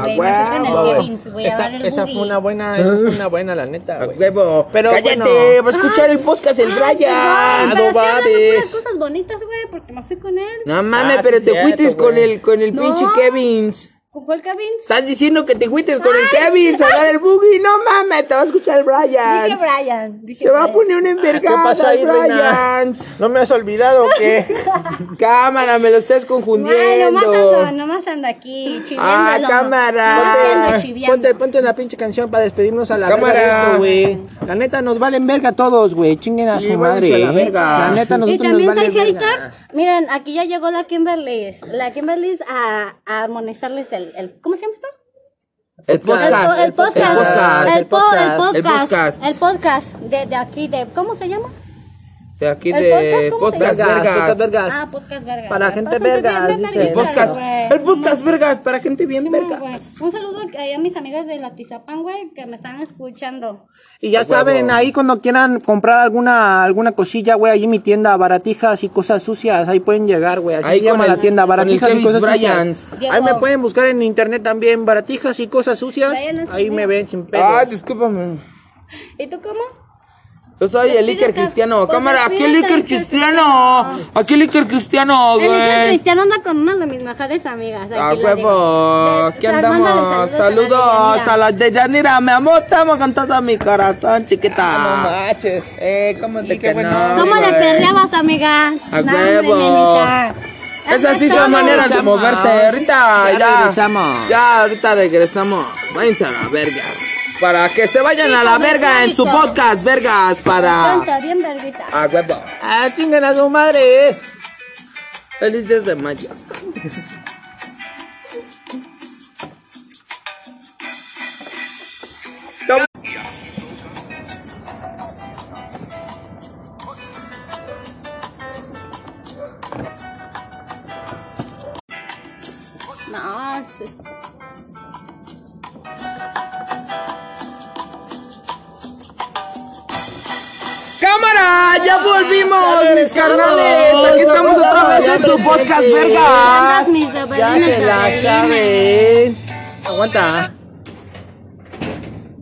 S4: güey. Me
S2: huevo.
S4: fui con el Kevins, güey, a
S3: Esa,
S4: dar el
S3: esa
S4: boogie.
S3: fue una buena, esa fue una buena, la neta,
S2: A
S3: güey.
S2: huevo.
S3: Pero
S2: Cállate,
S3: bueno.
S2: va a escuchar el podcast del
S4: Ay,
S2: Brian.
S4: perdón, pero estoy hablando de puras
S3: babes.
S4: cosas bonitas, güey, porque me fui con él.
S2: No mames,
S3: Ah,
S2: pero
S3: sí,
S2: te
S3: cierto,
S2: fuites con
S3: güey.
S2: el, con el
S4: No.
S2: pinche Kevins.
S4: ¿Con cuál Kevins?
S2: Estás diciendo que te fuites con el
S4: Ay.
S2: Kevins a dar el buggy. No mames, te va a escuchar el
S4: Dije
S2: Brian.
S4: Brian. dije
S2: Se va a
S4: Brian.
S2: poner una
S3: Ah, ¿Qué
S2: envergada,
S3: pasa
S2: el
S3: ahí, reina?
S2: Brian.
S3: ¿No me has olvidado o qué?
S2: Cámara, me lo estás
S4: Ay, nomás anda,
S2: confundiendo.
S4: nomás anda aquí, chileando.
S2: Ah, cámara.
S4: Chileando,
S3: Ponte,
S4: chileando.
S3: ponte una pinche canción para despedirnos a la
S2: Cámara.
S3: verga de esto, güey. La neta, nos valen verga todos, güey. Chinguen a
S2: Sí,
S3: su
S2: váyanse
S3: madre. ¿eh?
S2: a la verga.
S3: La neta,
S4: Y
S3: nosotros nos
S4: también hay
S3: vale verga.
S4: haters. Miren, aquí ya llegó la Kimberly. La Kimberly a, a amonestarles el, el. ¿Cómo se llama esto?
S2: El podcast.
S4: El, el podcast.
S2: El podcast.
S4: El, po- el podcast.
S2: El podcast.
S4: El podcast de, de aquí, de. ¿Cómo se llama?
S2: De aquí
S4: ¿El
S2: de
S4: podcast cómo se
S2: podcast
S4: llama?
S2: vergas.
S3: putas vergas.
S4: Ah, podcast verga.
S3: Para gente vergas, dice.
S2: El podcast. El podcast vergas para gente bien verga.
S4: Un saludo a, a mis amigas de la Tizapán, güey, que me están escuchando.
S3: Y ya saben, ahí cuando quieran comprar alguna alguna cosilla, güey, allí mi tienda, baratijas y cosas sucias, ahí pueden llegar, güey. Así
S2: Ahí
S3: se
S2: con
S3: llama
S2: el-
S3: la tienda,
S2: con el
S3: baratijas y
S2: Kevin
S3: cosas
S2: Bryant.
S3: sucias.
S4: Diego.
S3: Ahí me pueden buscar en internet también, baratijas y cosas sucias.
S4: Vayan a su
S3: Ahí me
S4: tienda.
S3: ven sin pedo.
S2: Ah, discúlpame.
S4: ¿Y tú cómo?
S2: Yo soy el Iker
S4: Despídete,
S2: Cristiano.
S4: pues,
S2: Cámara, aquí el
S4: despídete,
S2: Iker
S4: Iker
S2: Cristiano. Aquí el Iker Cristiano,
S4: El Iker
S2: güey.
S4: Cristiano anda con una de mis mejores amigas. aquí
S2: A
S4: lo digo.
S2: Ah, huevo,
S4: De-
S2: aquí
S4: o sea, mándale
S2: andamos.
S4: la
S2: Saludos
S4: Deyanira.
S2: a la de Yanira, mi amor. Estamos con todo mi corazón,
S3: Ah,
S2: chiquita.
S3: maches.
S2: Eh, ¿cómo te eh, que
S3: bueno.
S2: no,
S4: ¿Cómo le
S2: güey?
S4: perreabas, amiga?
S2: A
S4: No,
S2: huevo.
S4: hombre, nenita.
S2: Esas sí son
S4: Eso es todo.
S2: maneras de
S3: Regresamos.
S2: moverse. Ahorita
S3: Ya
S2: ya.
S3: regresamos.
S2: Ya, ahorita regresamos. Váyanse a la verga. Para que se vayan a la
S4: Chicos,
S2: verga en su
S4: esclavito.
S2: podcast, vergas, para...
S4: Tonta, bien verguita.
S2: A huevo.
S3: ¡Ah, chingan a su madre!
S2: Feliz 10 de mayo.
S4: No, sí.
S2: ¡Cámara! Ah, ¡Ya volvimos, mis carnales! Aquí estamos otra vez en su podcast,
S4: Andas
S2: vergas.
S4: mis
S3: que la saben. Aguanta.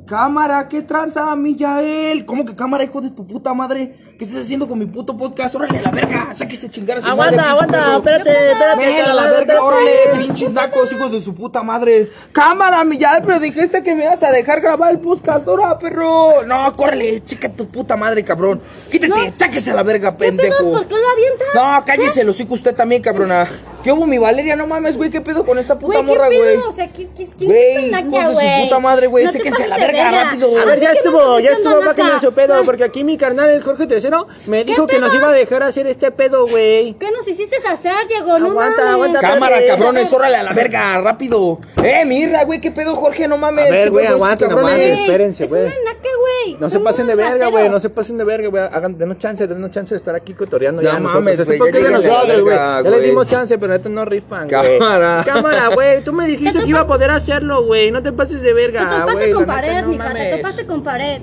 S2: Cámara, ¿qué tranza, mi Yael? ¿Cómo que cámara, hijo de tu puta madre? ¿Qué estás haciendo con mi puto podcast? ¡Órale, a la verga! ¡Sáquese a chingar a su madre!
S3: Aguanta,
S2: pinche
S3: aguanta.
S2: perro.
S3: Espérate, espérate.
S2: Ven, a la
S3: cabrón,
S2: verga,
S3: espérate.
S2: órale, pinches nacos, hijos de su puta madre. Cámara, mi ya, pero dijiste que me ibas a dejar grabar el podcast, ahora, perro. No, córrele, chica tu puta madre, cabrón. Quítate, cháquese a la verga,
S4: pedos?
S2: pendejo.
S4: ¿Por qué lo avientas?
S2: No, cállese, el hocico usted también, cabrona. ¿Qué hubo, mi Valeria? No mames, güey, ¿qué pedo con esta puta
S4: Güey, ¿qué
S2: morra, güey?
S4: pedo? O sea, ¿qué, qué, qué
S2: Güey,
S4: naca,
S2: hijos de su
S4: güey?
S2: puta madre, güey,
S4: No te
S2: séquense a la
S4: pases de
S2: verga, rápido.
S3: A ver, ya
S4: ¿Por qué me
S3: estuvo,
S4: estás
S3: ya
S4: diciendo
S3: estuvo
S4: naca?
S3: máquina su pedo, porque aquí mi carnal, el Jorge Tercero, me dijo que nos iba a dejar hacer este pedo, güey.
S4: ¿Qué nos hiciste hacer, Diego? No
S3: Aguanta,
S4: mames.
S3: aguanta.
S2: Cámara, eh,
S3: Espérate.
S2: cabrones, órale a la verga, rápido. Eh, mira, güey, ¿qué pedo, Jorge? No mames.
S3: A ver,
S2: ¿qué
S3: güey,
S2: pedo con estos
S3: aguanta, no
S2: cabrones?
S3: mames. espérense,
S4: es
S3: güey.
S4: una naca, güey.
S3: No se
S4: Son
S3: pasen de
S4: unos
S3: verga, güey,
S4: rateros.
S3: no se pasen de verga, güey. Hagan, denos chance, denos chance de estar aquí cotoreando
S2: No
S3: ya
S2: mames,
S3: nosotros. Así
S2: güey,
S3: porque
S2: ya
S3: de
S2: lleguen a la
S3: nosotros, güey.
S2: verga,
S3: Ya les
S2: güey.
S3: dimos chance, pero neta no rifan, güey.
S2: Cámara.
S3: Cámara, güey. Tú me dijiste que iba a poder hacerlo, güey. No te pases de
S4: Te
S3: verga,
S4: topaste
S3: güey.
S4: con
S3: la Ah, neta,
S4: pared,
S3: no
S4: mija, te
S3: mames.
S4: topaste con pared.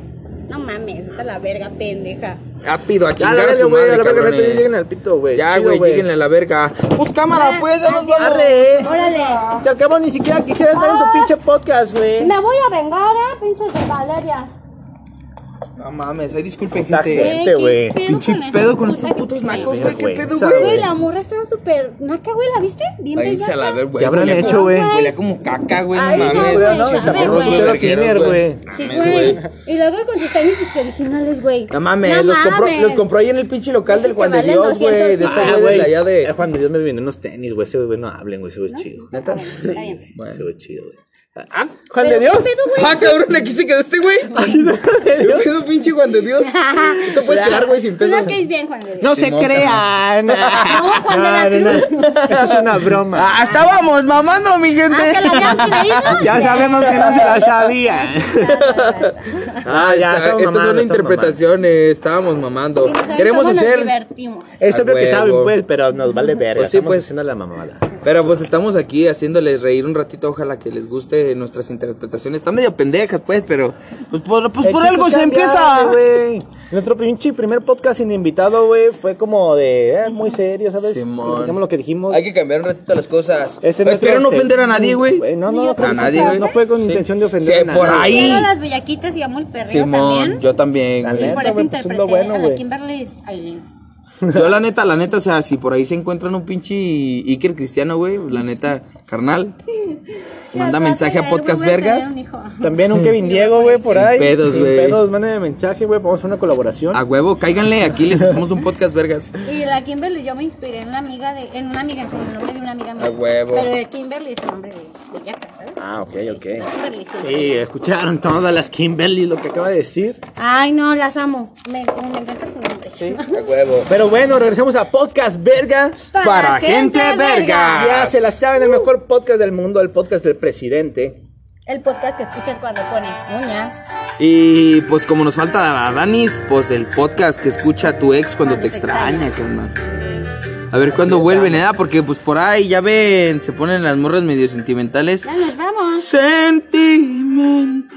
S4: No mames, vete a la verga, pendeja.
S2: Rápido, a
S3: Ya,
S2: chingar
S3: a la
S2: a
S3: verga,
S2: su
S3: güey, a
S2: madre,
S3: la verga, neta,
S2: cabrones.
S3: lleguen al pito, güey.
S2: Ya,
S3: Chido,
S2: güey, lleguenle a la verga. Pues cámara,
S4: Ah,
S2: pues, ya nos
S4: adiós.
S2: vamos.
S3: Arre, eh.
S4: Órale.
S3: Te acabo ni siquiera quisiera estar
S4: Ah.
S3: en tu pinche podcast, güey.
S4: Me voy a vengar, eh, pinches de Valerias.
S2: No mames, ay, disculpen,
S3: Puta
S2: gente.
S3: gente. Vente, güey.
S2: Pinche
S4: esos
S2: pedo con
S4: puta
S2: estos
S4: que-
S2: putos nacos, güey. ¿Qué pedo,
S3: Vergüenza,
S2: güey?
S4: Güey, la morra estaba súper naca, güey, ¿la viste? Bien
S2: Ahí se la
S4: bellaca.
S2: ver, güey.
S3: ¿Qué habrán
S2: Huele a
S3: hecho,
S2: como-
S3: güey?
S2: Huele como caca, güey. No
S4: Ay, no,
S2: mames.
S4: güey, no, está
S2: Mames,
S4: borroso,
S2: güey.
S3: quiero
S2: Vergueros,
S3: güey.
S4: Sí,
S2: Mames, güey.
S4: güey. Y luego con tus tenis disque originales, güey.
S2: No mames, los, compró, los compró ahí en el pinche local del
S4: Hiciste
S2: Juan de
S4: valer
S2: Dios, güey. De
S4: 200,
S2: ese
S4: Ah,
S2: güey de allá
S3: Eh,
S2: de.
S3: Juan de Dios me vienen unos tenis, güey. Ese güey, no hablen, güey. Ese güey es chido.
S2: ¿Neta?
S4: Está bien.
S2: Bueno.
S3: Ese güey es chido, güey. Ah, Juan de
S4: ¿Qué
S3: Dios.
S4: pedo, güey?
S2: Ah, cabrón, aquí se quedó este güey. Aquí se quedó pinche Juan de Dios. Tú te puedes quedar, güey, sin
S4: Tú
S2: pedo.
S4: las caes bien, Juan de Dios.
S3: No se crean. No,
S4: Juan de la
S3: Eso es una broma.
S2: Ah, estábamos mamando, mi
S4: Ah,
S2: gente.
S4: ¿se la habían creído?
S3: Ya sabemos que no se la sabían.
S2: Ah,
S3: ya,
S2: ya,
S3: estamos
S2: estas
S3: mamando,
S2: son
S3: estamos
S2: interpretaciones, estábamos mamando.
S4: Y no saben
S2: Queremos
S4: cómo nos
S2: hacer, eh,
S4: divertimos.
S3: Es
S2: A
S3: obvio que
S2: huevo.
S3: saben, pues, pero nos vale verga.
S2: Pues sí,
S3: Estamos
S2: pues.
S3: haciendo la mamada.
S2: pero pues estamos aquí haciéndoles reír un ratito, ojalá que les guste nuestras interpretaciones. Están medio pendejas, pues, pero pues por, pues, por algo se empieza.
S3: güey. Nuestro pinche primer podcast sin invitado, güey, fue como de eh, muy serio, ¿sabes?
S2: Simón.
S3: Dijimos Pues, lo que dijimos.
S2: Hay que cambiar un ratito las cosas.
S3: Ese
S2: Espero
S3: nuestro- este,
S2: no ofender a nadie, güey.
S3: No, no, creo
S2: a
S3: que
S2: nadie,
S3: no,
S2: güey.
S3: No fue con
S2: Sí.
S3: intención de ofender
S2: Sí,
S3: a nadie.
S2: por ahí.
S4: Quiero las bellaquitas y amo el perreo
S2: Simón,
S4: también.
S2: yo también,
S3: La
S2: güey.
S4: Y por eso
S3: güey, pues es
S4: interpreté
S3: lo bueno,
S4: a la
S3: güey.
S4: Kimberly Aileen.
S2: Yo la neta, la neta, o sea, si por ahí se encuentran un pinche Iker Cristiano, güey, pues, la neta, carnal, manda mensaje a Podcast Vergas.
S3: También un Kevin Diego, güey, por
S2: Sin
S3: ahí.
S2: pedos,
S3: Sin
S2: güey.
S3: pedos, mándenme mensaje, güey, vamos a hacer una colaboración.
S2: A huevo, cáiganle, aquí les hacemos un Podcast Vergas.
S4: Y la Kimberly, yo me inspiré en una amiga de, en una amiga, con el nombre de una amiga mía.
S2: A huevo.
S4: Pero el Kimberly es el nombre de bellaca, ¿sabes?
S3: Ah, ok, ok.
S4: Kimberly, sí.
S3: Sí, escucharon todas las Kimberly lo que acaba de decir.
S4: Ay, no, las amo. Me, como me encanta su nombre.
S2: Sí, a huevo.
S3: Pero bueno, regresamos a Podcast Verga.
S2: Para, gente, verga.
S3: Ya se la saben, el mejor podcast del mundo, el podcast del presidente.
S4: El podcast que escuchas cuando pones uñas.
S2: Y pues como nos falta a Danis, pues el podcast que escucha tu ex cuando te extraña, carnal. A ver cuándo vuelven, ¿eh? Porque pues por ahí, ya ven, se ponen las morras medio sentimentales.
S4: Ya nos vamos.
S2: Sentimental.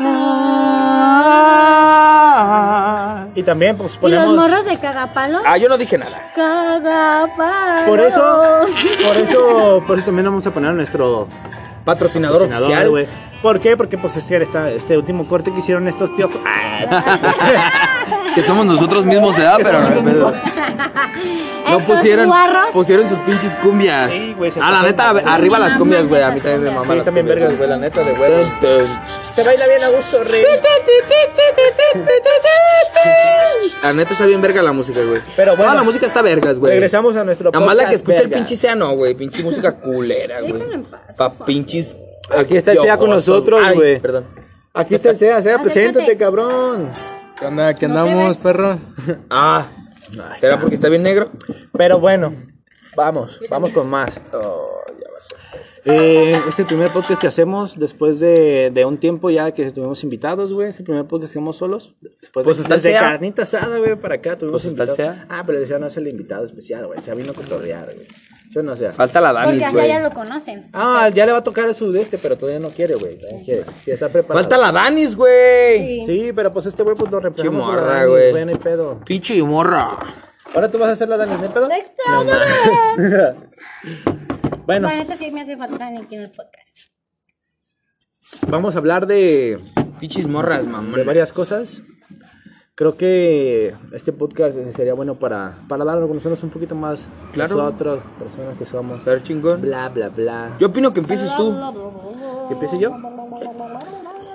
S3: Y también, pues,
S4: Y los
S3: ponemos...
S4: morros de cagapalo.
S2: Ah, yo no dije nada.
S4: Cagapalo.
S3: Por eso, por eso, por eso también vamos a poner a nuestro
S2: Patrocinador,
S3: patrocinador,
S2: oficial.
S3: güey. ¿Por qué? Porque, pues, este, esta- este último corte que hicieron estos piojos...
S2: Que somos nosotros mismos, ¿verdad? Pero no, hay pedo. No
S4: Estos
S2: pusieron,
S4: guarros.
S2: pusieron sus pinches cumbias.
S3: Sí, güey, se
S2: ah, la
S3: pasaron.
S2: neta, arriba las
S4: maman
S2: cumbias, güey. A
S4: esas
S2: mí también me
S4: cumbias.
S2: maman
S3: Sí,
S2: las
S3: también
S2: cumbias,
S3: vergas, güey, la neta, de güey. Se baila bien a gusto, rey.
S2: güey. La neta está bien verga la música, güey.
S3: Pero bueno.
S2: Toda la música está vergas, güey.
S3: Regresamos a nuestro
S2: Nada más la que
S3: podcast,
S2: escucha el
S3: verga.
S2: pinche sea, no, güey. Pinche música culera, güey.
S4: Déjalo en paz,
S2: Pa' pinches.
S3: Aquí está el Sea con
S2: piojosos.
S3: nosotros,
S2: Ay,
S3: güey.
S2: Perdón.
S3: Aquí está el SEA, SEA,
S4: Acércate.
S3: preséntate, cabrón.
S2: ¿Qué onda? ¿Qué
S4: No te
S2: andamos,
S4: ves.
S2: perro? Ah, ¿será porque está bien negro?
S3: Pero bueno, vamos, vamos con más.
S2: Oh,
S3: Eh, este primer podcast que hacemos después de, de un tiempo ya que estuvimos invitados, güey. Este primer podcast que hacemos solos. Después
S2: Pues
S3: de,
S2: está el
S3: desde
S2: SEA.
S3: carnita asada, güey, para acá tuvimos
S2: Pues está el
S3: invitados.
S2: SEA.
S3: Ah, pero el SEA no es el invitado especial, güey. El SEA vino a cotorrear, güey. Yo no sé.
S2: Falta la
S4: Porque
S2: Danis,
S4: allá
S2: güey.
S4: ya lo conocen.
S3: Ah, ya le va a tocar el sudeste, pero todavía no quiere, güey. Todavía no quiere. Ya está preparado.
S2: Falta la Danis, güey.
S4: Sí.
S3: Sí, pero pues este güey pues lo reemplazamos por la
S2: morra,
S3: Dani,
S2: güey.
S3: no hay pedo.
S2: Pinche morra.
S3: Ahora tú vas a hacer la Dani, ¿no hay pedo?
S4: ¡Te extraño!
S3: Bueno,
S4: La neta sí me hace falta Dani aquí en el podcast.
S3: vamos a hablar de,
S2: Pinches morras,
S3: de
S2: mamón.
S3: varias cosas. Creo que este podcast sería bueno para, para dar a conocernos un poquito más
S2: Claro.
S3: nosotros, personas que somos.
S2: ¿Sabes chingón?
S3: Bla, bla, bla.
S2: Yo opino que empieces tú.
S3: ¿Empiezo yo?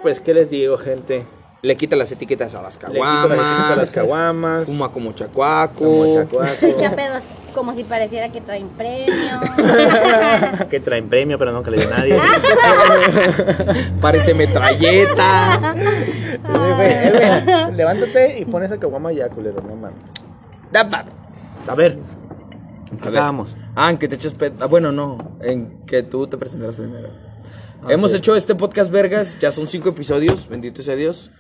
S3: Pues, ¿qué les digo, gente?
S2: Le quita las etiquetas a las
S3: Le quito las-
S2: caguamas.
S3: a las caguamas.
S2: Fuma como chacuaco.
S3: como chacuaco,
S4: Se echa pedos como si pareciera que traen premio.
S3: que traen premio, pero nunca le dio a nadie.
S2: Parece metralleta.
S3: Eh, güey, eh, güey, Levántate y pon esa caguama ya, culero, no mames.
S2: Da pa-
S3: A ver,
S2: A ver.
S3: estábamos?
S2: Ah, en que te echas pet. Ah, bueno, no. En que tú te presentarás primero. Hemos hecho este podcast, vergas. Ya son cinco episodios. Bendito sea Dios.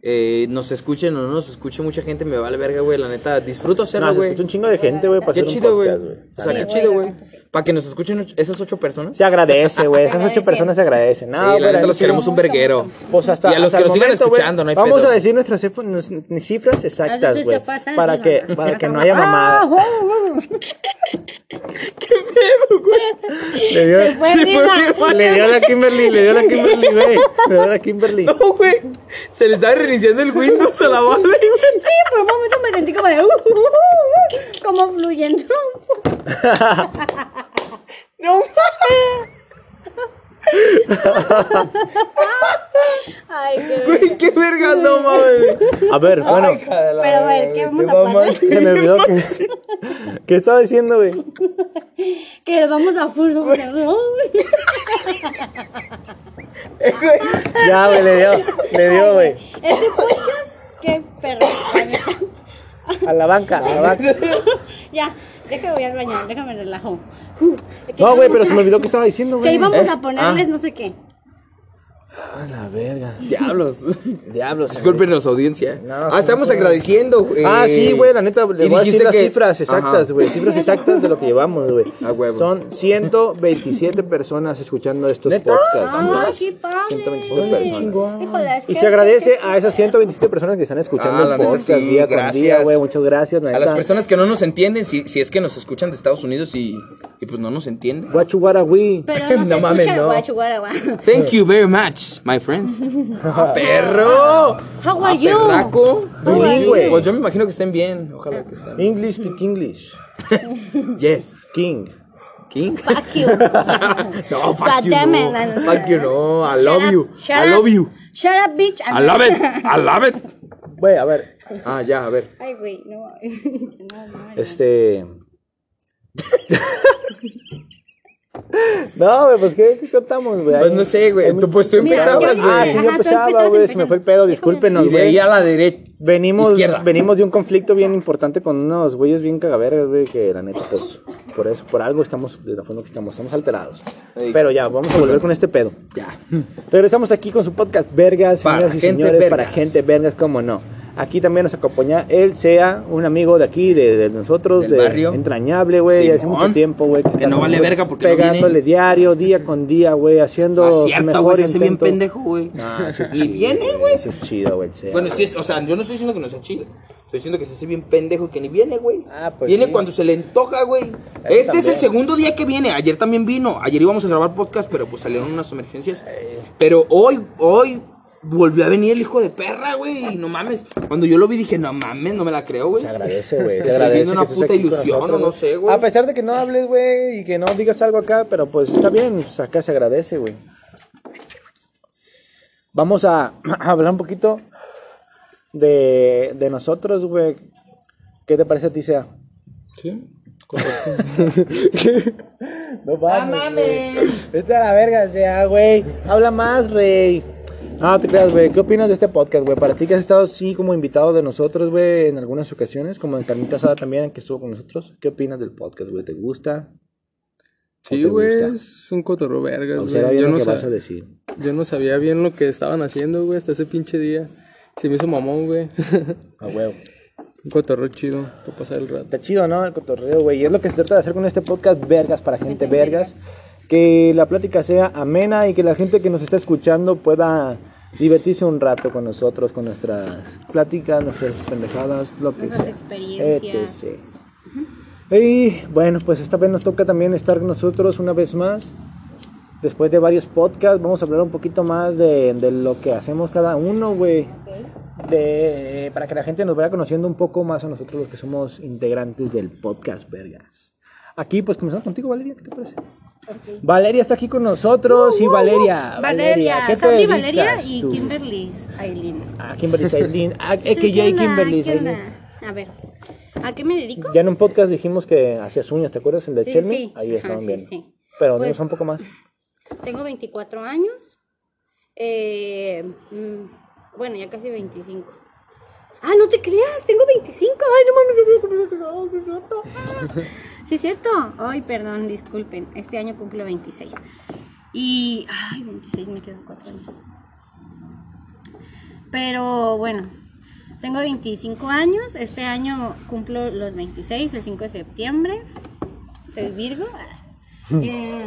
S2: Eh, nos escuchen o no nos escuche mucha gente. Me vale verga, güey. La neta, disfruto hacerlo,
S3: No, se
S2: güey.
S3: escucha un chingo de gente, güey, para
S2: Qué
S3: hacer un
S2: chido, güey.
S3: podcast, güey.
S2: O sea,
S4: Sí,
S2: qué
S4: güey,
S2: chido,
S4: la
S2: güey.
S4: neta sí.
S2: Para que nos escuchen och- esas ocho personas.
S3: Se agradece, güey. Esas ocho
S4: Agradece.
S3: personas se agradecen. No,
S2: sí, la
S3: pero
S2: neta los
S3: sí,
S2: queremos un
S4: mucho,
S2: verguero.
S4: mucho.
S3: Pues hasta,
S2: y a los
S3: hasta
S2: que
S3: el
S2: nos sigan
S3: momento, güey,
S2: escuchando, no hay
S3: Vamos
S2: pedo.
S3: a decir nuestras cif- nos- ni cifras
S4: Ah,
S3: exactas,
S4: sí, sí,
S3: güey.
S4: se pasan,
S3: Para
S4: no, Ah,
S3: que,
S4: no.
S3: para que no haya mamada. Le dio,
S4: Se fue
S2: Se fue
S4: risa.
S2: bien.
S3: le dio la Kimberly, le dio la Kimberly, güey. Le dio la Kimberly.
S2: No, güey. Se le está reiniciando el Windows a la bala, güey.
S4: Sí, por un momento me sentí como de. uh, uh, uh, uh, como fluyendo.
S2: No,
S4: Ay, qué
S2: güey. Qué vergas, no mames.
S3: A ver, bueno.
S2: Ay, hija de la
S4: Pero, a ver,
S2: verga,
S4: ¿qué
S2: güey, te
S4: vamos a
S2: mamas.
S4: pasar?
S3: Se me olvidó que. ¿Qué estaba diciendo, güey?
S4: Que vamos a fútbol.
S2: Eh, güey.
S3: Ya, güey, le dio. Le dio, güey.
S4: Este podcast, qué perro. la neta.
S3: A la banca, a la banca.
S4: Ya, déjame voy al baño, déjame relajo. Uh, que
S3: No,
S4: íbamos
S3: güey, pero
S4: a-
S3: se me ¿Eh? Ah. olvidó que estaba diciendo,
S4: Que
S3: güey.
S4: íbamos a ponerles no sé qué.
S3: A la verga.
S2: Diablos.
S3: Diablos.
S2: Disculpenos, audiencia.
S3: No,
S2: ah, estamos agradeciendo, güey.
S3: Ah, sí, güey, la neta,
S2: Eh, Y
S3: le voy a decir
S2: dijiste
S3: las
S2: que-
S3: cifras exactas,
S2: Ajá.
S3: güey. Cifras exactas de lo que llevamos, güey.
S2: A huevo.
S3: Son 127 personas escuchando estos
S2: ¿Neta?
S3: podcasts.
S4: Ay,
S2: ¿Cuántas?
S4: qué padre.
S3: 125 personas.
S4: Híjole, es
S3: Y
S4: que-
S3: se agradece a esas 127 personas que están escuchando
S2: Ah,
S3: el
S2: la neta,
S3: podcast
S2: sí,
S3: día con día,
S2: gracias.
S3: güey. Muchas gracias, la
S2: A las
S3: neta.
S2: personas que no nos entienden, si, si es que nos escuchan de Estados Unidos y, y pues no nos entienden.
S3: What you wanna we?
S4: Pero no
S2: No
S4: se
S2: mames,
S4: escucha el
S2: no.
S4: guacho, guaragua.
S2: Thank you very much, my friends. ¡Perro!
S3: Ah,
S4: How are you?
S2: Perraco.
S3: Bilingüe.
S2: Pues yo me imagino que estén bien. Ojalá que estén.
S3: English speak English.
S2: Yes.
S3: King.
S2: King.
S4: Fuck you.
S2: No, fuck
S4: God
S2: you,
S4: damn
S2: no.
S4: it, la neta.
S2: Fuck you, no. I
S4: Shut
S2: love
S4: up,
S2: you.
S4: shut
S2: I
S4: up.
S2: love you.
S4: Shut up, bitch.
S2: I love it. I love it.
S3: Güey, a ver.
S2: Ah, ya, a ver.
S4: Ay, güey, no. no, no.
S3: Este. no, güey, pues ¿qué, qué contamos, güey?
S2: Pues no sé, güey. Tú, pues tú
S4: Mira,
S2: empezabas,
S4: yo-
S3: Ah,
S2: güey.
S3: sí,
S4: Ajá,
S3: yo
S4: tú
S3: empezaba,
S4: empiezas
S3: güey. Se me fue el pedo, discúlpenos,
S2: Y de
S3: güey.
S2: ahí a la derecha.
S3: Venimos,
S2: Izquierda.
S3: venimos de un conflicto bien importante con unos güeyes bien cagavergas, güey, que la neta, pues, por eso, por algo estamos, de la forma que estamos, estamos alterados.
S2: Ey.
S3: Pero ya, vamos a volver con este pedo.
S2: Ya.
S3: Regresamos aquí con su podcast Vergas,
S2: Para
S3: señoras y
S2: gente
S3: señores, para
S2: vergas.
S3: gente vergas, como no. Aquí también nos acompaña él, sea un amigo de aquí, de, de nosotros,
S2: Del
S3: de
S2: barrio.
S3: entrañable, güey, ya hace
S2: Simón.
S3: mucho tiempo, güey.
S2: Que
S3: está
S2: no vale verga porque no
S3: Pegándole
S2: viene.
S3: diario, día con día, güey, haciendo
S2: Ah,
S3: su
S2: cierto,
S3: mejor
S2: güey. Se hace bien
S3: intento.
S2: pendejo, güey.
S3: Ah, eso es
S2: Y
S3: chido,
S2: viene, güey.
S3: Eso es chido, güey, el sea.
S2: Bueno, sí, es, o sea, yo no estoy diciendo que no sea chido. Estoy diciendo que se hace bien pendejo y que ni viene, güey.
S3: Ah, pues
S2: Viene
S3: sí.
S2: cuando se le antoja, güey.
S3: Eso
S2: este es
S3: también.
S2: el segundo día que viene. Ayer también vino. Ayer íbamos a grabar podcast, pero pues salieron unas emergencias. Pero hoy, hoey volvió a venir el hijo de perra, güey. y No mames. Cuando yo lo vi dije, no mames, no me la creo, güey.
S3: Se agradece, güey. Se
S2: Estoy
S3: agradece.
S2: viendo una
S3: que estés
S2: puta
S3: aquí con
S2: ilusión,
S3: nosotros,
S2: o no sé, güey.
S3: A pesar de que no hables, güey, y que no digas algo acá, pero pues está bien, pues acá se agradece, güey. Vamos a hablar un poquito de, de nosotros, güey. ¿Qué te parece a ti, sea? no mames.
S2: mames.
S3: Vete a la verga, sea, güey. Habla más, rey. No, te creas, güey. ¿Qué opinas de este podcast, güey? Para ti que has estado así como invitado de nosotros, güey, en algunas ocasiones, como en Carnita Asada también, que estuvo con nosotros. ¿Qué opinas del podcast, güey? ¿Te gusta?
S7: Sí,
S3: ¿O te
S7: güey,
S3: gusta?
S7: es un cotorro vergas, güey.
S3: Observa bien
S7: Yo
S3: lo
S7: no
S3: que
S7: sab-
S3: vas a decir.
S7: Yo no sabía bien lo que estaban haciendo, güey, hasta ese pinche día. Se me hizo mamón, güey.
S3: A huevo.
S7: Un cotorro chido para pasar el rato.
S3: Está chido, ¿no? El cotorreo, güey. Y es lo que se trata de hacer con este podcast, vergas, para gente vergas. Que la plática sea amena y que la gente que nos está escuchando pueda divertirse un rato con nosotros, con nuestras pláticas, nuestras pendejadas, lo que
S4: Nuestras
S3: sea.
S4: experiencias.
S3: Etc. Y bueno, pues esta vez nos toca también estar nosotros una vez más. Después de varios podcasts, vamos a hablar un poquito más de, de lo que hacemos cada uno, güey. De, para que la gente nos vaya conociendo un poco más a nosotros los que somos integrantes del podcast, vergas. Aquí, pues comenzamos contigo, Valeria, ¿qué te parece? Valeria está aquí con nosotros y Ah, Valeria.
S4: Uh, Valeria,
S3: ¿qué te
S4: Sandy Valeria
S3: dedicas
S4: y
S3: tú?
S4: Kimberly Aileen.
S3: Ah, Kimberly Sailin. Ah,
S4: Sí,
S3: AKJ
S4: ¿qué onda?
S3: Kimberly
S4: ¿Qué onda?
S3: Sailin.
S4: A ver, ¿a qué me dedico?
S3: Ya en un podcast dijimos que hacías uñas, ¿te acuerdas? En el
S4: Sí,
S3: de Chermi.
S4: sí.
S3: Ahí
S4: Ajá,
S3: estaban
S4: sí,
S3: viendo.
S4: sí.
S3: Pero
S4: Pues-
S3: dinos un poco más.
S4: Tengo 24 años. Eh, mm, bueno, ya casi 25. Ah, no te creas, tengo 25. Ay, no mames, no, no, no, no, no. Sí, es cierto. Ay, perdón, disculpen. Este año cumplo 26. Y, ay, 26 me quedan 4 años. Pero bueno, tengo 25 años. Este año cumplo los 26, el 5 de septiembre. Soy Virgo. Eh,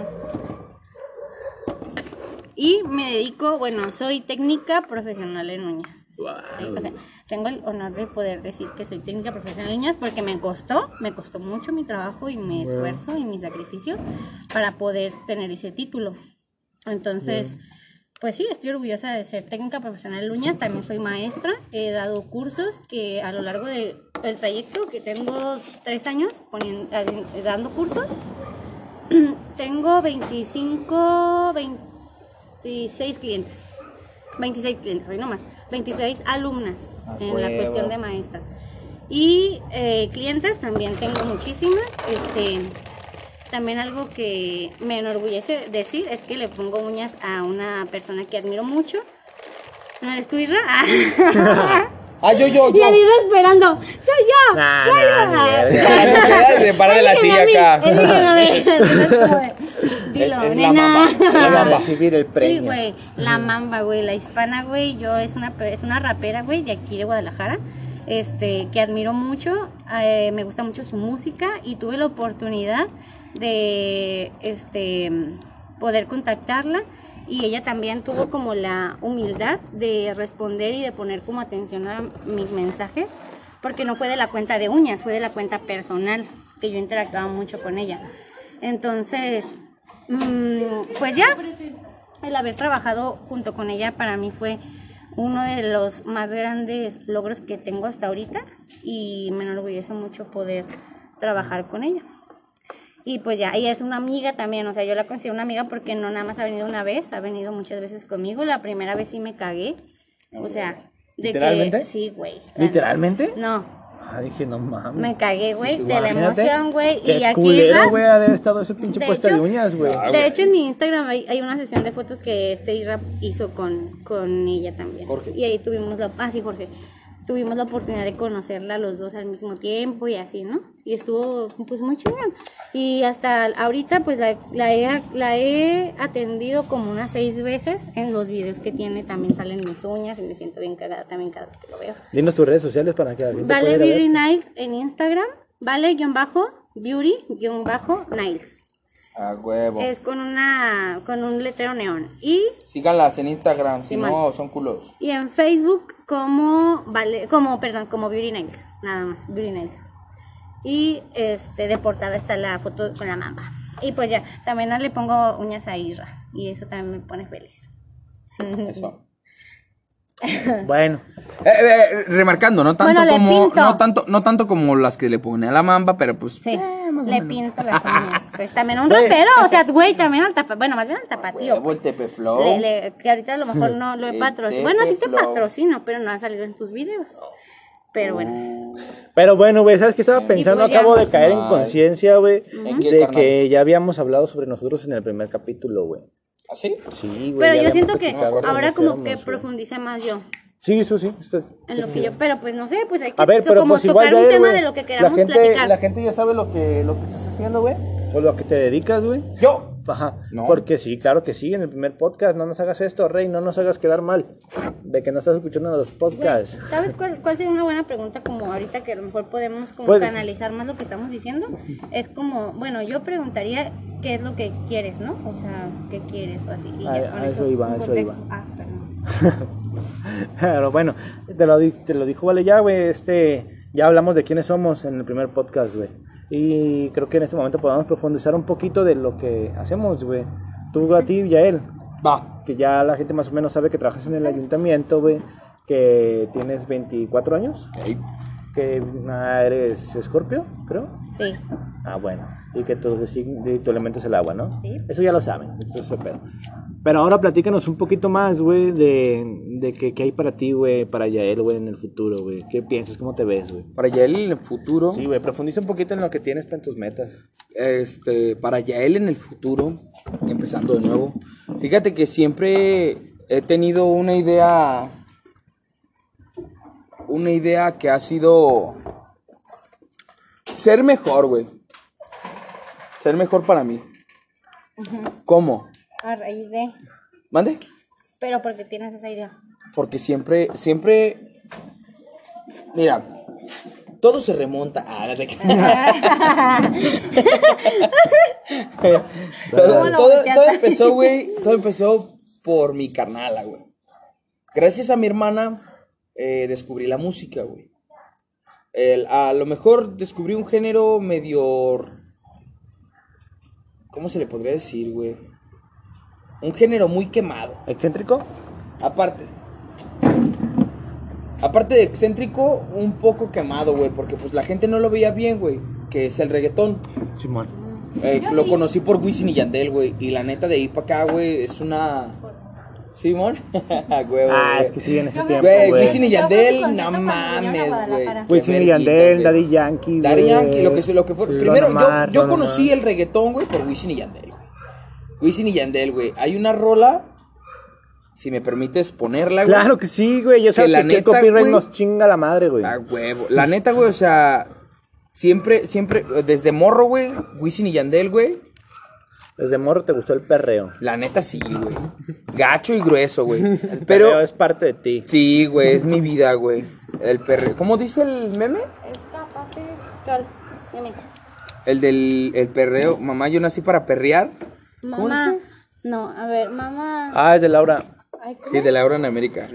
S4: y me dedico, bueno, soy técnica profesional en uñas.
S7: Ah,
S4: Sí, o sea, tengo el honor de poder decir que soy técnica profesional en uñas porque me costó, me costó mucho mi trabajo y mi esfuerzo y mi sacrificio para poder tener ese título. Entonces, pues sí, estoy orgullosa de ser técnica profesional en uñas, también soy maestra, he dado cursos que a lo largo del trayecto, que tengo tres años ponien- dando cursos, tengo 25, 26 clientes. 26 clientes, hoy no más. 26 alumnas en la cuestión de maestra. Y eh, clientes también tengo muchísimas. Este, también algo que me enorgullece decir es que le pongo uñas a una persona que admiro mucho. ¿No eres tú, Isra?
S2: Ah, yo, yo,
S4: y
S2: yo.
S4: al Isra esperando. ¡Soy yo!
S3: Nah,
S4: ¡Soy
S3: nah,
S4: yo!
S3: mierda.
S2: Se para de la silla
S4: Elígenme a mí,
S2: acá.
S4: elígenme a mí. Así como de, Dilo,
S2: es la
S4: nena.
S2: mamba, la
S3: Para
S2: mamba.
S3: recibir el
S4: Sí,
S3: premio.
S4: güey, la mamba, güey, la hispana, güey, yo es una, pe- es una rapera, güey, de aquí de Guadalajara, este, que admiro mucho, eh, me gusta mucho su música y tuve la oportunidad de, este, poder contactarla y ella también tuvo como la humildad de responder y de poner como atención a mis mensajes, porque no fue de la cuenta de uñas, fue de la cuenta personal, que yo interactuaba mucho con ella. Entonces, mm, pues ya, el haber trabajado junto con ella para mí fue uno de los más grandes logros que tengo hasta ahorita y me enorgullece mucho poder trabajar con ella. Y pues ya, ella es una amiga también, o sea, yo la considero una amiga porque no nada más ha venido una vez, ha venido muchas veces conmigo, la primera vez sí me cagué, o sea, de
S3: ¿Literalmente?
S4: que sí, güey.
S3: ¿Literalmente?
S4: No,
S3: Ah, dije, no mames.
S4: me cagué, güey, de la
S3: Imagínate.
S4: emoción, güey,
S3: Qué
S4: y aquí
S3: culero,
S4: Isra-
S3: güey, ha de haber estado ese pinche
S4: De
S3: puesta de
S4: hecho-
S3: uñas, Ah, güey.
S4: de hecho, en mi Instagram hay, hay una sesión de fotos que este Isra hizo con, con ella también. Y ahí tuvimos la... Ah, sí, Jorge. Tuvimos la oportunidad de conocerla los dos al mismo tiempo y así, ¿no? Y estuvo, pues, muy chingón. Y hasta ahorita, pues, la, la he, la he atendido como unas seis veces en los videos que tiene. También salen mis uñas y me siento bien cagada también cada vez que lo veo.
S3: Dinos tus redes sociales para que la gente pueda
S4: Vale
S3: ir a ver.
S4: Beauty Niles en Instagram. Vale-beauty-niles.
S2: A huevo.
S4: Es con una con un letrero neón. Y,
S2: Síganlas en Instagram, si
S4: Simón.
S2: no, son culos.
S4: y en Facebook como vale, como perdón, como Beauty Nails, nada más, Beauty Nails. Y este de portada está la foto con la mamba. Y pues ya, también le pongo uñas a Isra y eso también me pone feliz.
S2: Eso.
S3: Bueno,
S8: Eh, eh, remarcando, no tanto
S4: Bueno, le
S8: como
S4: pinto.
S8: no tanto, no tanto como las que le pone a la mamba, pero pues
S4: Sí,
S2: Eh,
S4: le pinto las uñas. Pues también a un rapero, o sea, güey, también al tapatío, bueno, más bien al tapatío.
S2: Ah, Huevo el tepeflow.
S4: Le- le- que ahorita a lo mejor no lo he
S2: El
S4: patrocinado. Bueno, sí te
S2: Teflon.
S4: patrocino, pero no ha salido en tus videos. Pero bueno,
S3: pero bueno, güey, ¿sabes qué estaba pensando?
S4: pues ya
S3: Acabo de
S4: nos-
S3: caer en conciencia, güey,
S2: ¿En qué,
S3: de
S2: carnal?
S3: que ya habíamos hablado sobre nosotros en el primer capítulo, güey.
S2: ¿Ah,
S9: ¿Así?
S3: Sí, güey.
S4: Pero yo
S3: ya habíamos
S4: siento que
S3: platicado algo
S4: ahora
S3: de
S4: como
S3: sermos,
S4: que
S3: güey.
S4: profundiza más yo
S3: Sí, eso sí. usted-
S4: en lo que yo, pero pues no sé, pues hay que
S3: A ver,
S4: to-
S3: pero
S4: como
S3: pues igual
S4: tocar un
S3: ya es,
S4: tema
S3: güey.
S4: de lo que queramos
S3: la gente,
S4: platicar.
S3: La gente ya sabe lo que, lo que estás haciendo, güey. O lo que te dedicas, güey.
S9: Yo.
S3: Ajá.
S9: No.
S3: Porque sí, claro que sí, en el primer podcast. No nos hagas esto, Rey, no nos hagas quedar mal. De que no estás escuchando los podcasts.
S4: ¿Sabes cuál, cuál sería una buena pregunta como ahorita que a lo mejor podemos como
S3: Pues-
S4: canalizar más lo que estamos diciendo? Es como, bueno, yo preguntaría qué es lo que quieres, ¿no? O sea, qué quieres o así. Y ya
S3: A-
S4: con
S3: Ah, a eso iba,
S4: un
S3: a eso
S4: contexto.
S3: iba.
S4: Ah, perdón.
S3: Pero bueno, te lo, di- te lo dijo Vale ya, güey. Este, ya hablamos de quiénes somos en el primer podcast, güey. Y creo que en este momento podemos profundizar un poquito de lo que hacemos, güey. Tú, a ti y a él.
S9: Va.
S3: Que ya la gente más o menos sabe que trabajas en el ayuntamiento, güey. Que tienes 24 años. Que ah, eres escorpio, creo.
S4: Sí.
S3: Ah, bueno. Y que tu, sign- de- tu elemento es el agua, ¿no?
S4: Sí.
S3: Eso ya lo saben. eso es el pedo. Pero ahora platícanos un poquito más, güey, de, de qué, qué hay para ti, güey, para Yael, güey, en el futuro, güey. ¿Qué piensas? ¿Cómo te ves, güey?
S2: Para Yael en el futuro.
S3: Sí, güey, profundiza un poquito en lo que tienes para tus metas.
S2: Este, para Yael en el futuro. Empezando de nuevo. Fíjate que siempre he tenido una idea. Una idea que ha sido. Ser mejor, güey. Ser mejor para mí. ¿Cómo?
S4: A raíz de.
S2: ¿Mande?
S4: Pero porque tienes esa idea.
S2: Porque siempre, siempre. Mira, todo se remonta ah, a la de
S4: ¿Cómo
S2: todo,
S4: lo
S2: todo-
S4: volteaste?
S2: todo empezó, güey. Todo empezó por mi carnala, güey. Gracias a mi hermana eh, descubrí la música, güey. El- a lo mejor descubrí un género medio. ¿Cómo se le podría decir, güey? Un género muy quemado.
S3: ¿Excéntrico?
S2: Aparte. Aparte de excéntrico, un poco quemado, güey. Porque pues la gente no lo veía bien, güey. Que es el reggaetón.
S3: Simón.
S2: Eh, lo conocí por Wisin y Yandel, güey. Y la neta de ahí para acá, güey, es una. ¿Simón? Eh, güey,
S3: Ah, es que sí, en ese
S4: Yo me
S3: tiempo,
S2: Güey,
S4: acuerdo.
S3: güey.
S2: Wisin y
S4: Yo fui a su
S2: Yandel,
S4: concierto
S2: no
S4: cuando vinieron a
S2: mames, güey.
S4: Guadalajara.
S3: Wisin y
S2: Qué
S3: Yandel,
S2: vergüenza,
S3: Daddy
S2: güey.
S3: Yankee,
S2: Daddy
S3: güey.
S2: Yankee, lo que, se- lo que fue.
S10: Sí,
S2: Primero,
S3: Don
S2: yo,
S3: Omar,
S2: yo
S3: Don
S2: conocí
S3: Omar.
S2: el reggaetón, güey, por Wisin y Yandel, güey. Wisin y Yandel, güey. Hay una rola, si me permites ponerla, güey.
S3: Claro que sí, güey. Ya sabes que,
S2: la
S3: aquí el
S2: neta,
S3: copyright
S2: güey- Ah,
S3: nos chinga la madre, güey.
S2: La huevo. La neta, güey, o sea, siempre, siempre, desde morro, güey, Wisin y Yandel, güey.
S3: Desde morro te gustó el perreo.
S2: La neta sí, güey. Gacho y grueso, güey.
S3: El
S2: Pero,
S3: perreo es parte de ti.
S2: sí, güey, es mi vida, güey. El perreo. ¿Cómo dice el meme?
S4: Escápate, Cal. Dime.
S2: El del el perreo. Mamá, yo nací para perrear.
S4: Mamá. No, a ver, mamá.
S3: Ah, es de Laura.
S4: Ay, ¿cómo?
S2: Y de Laura en América.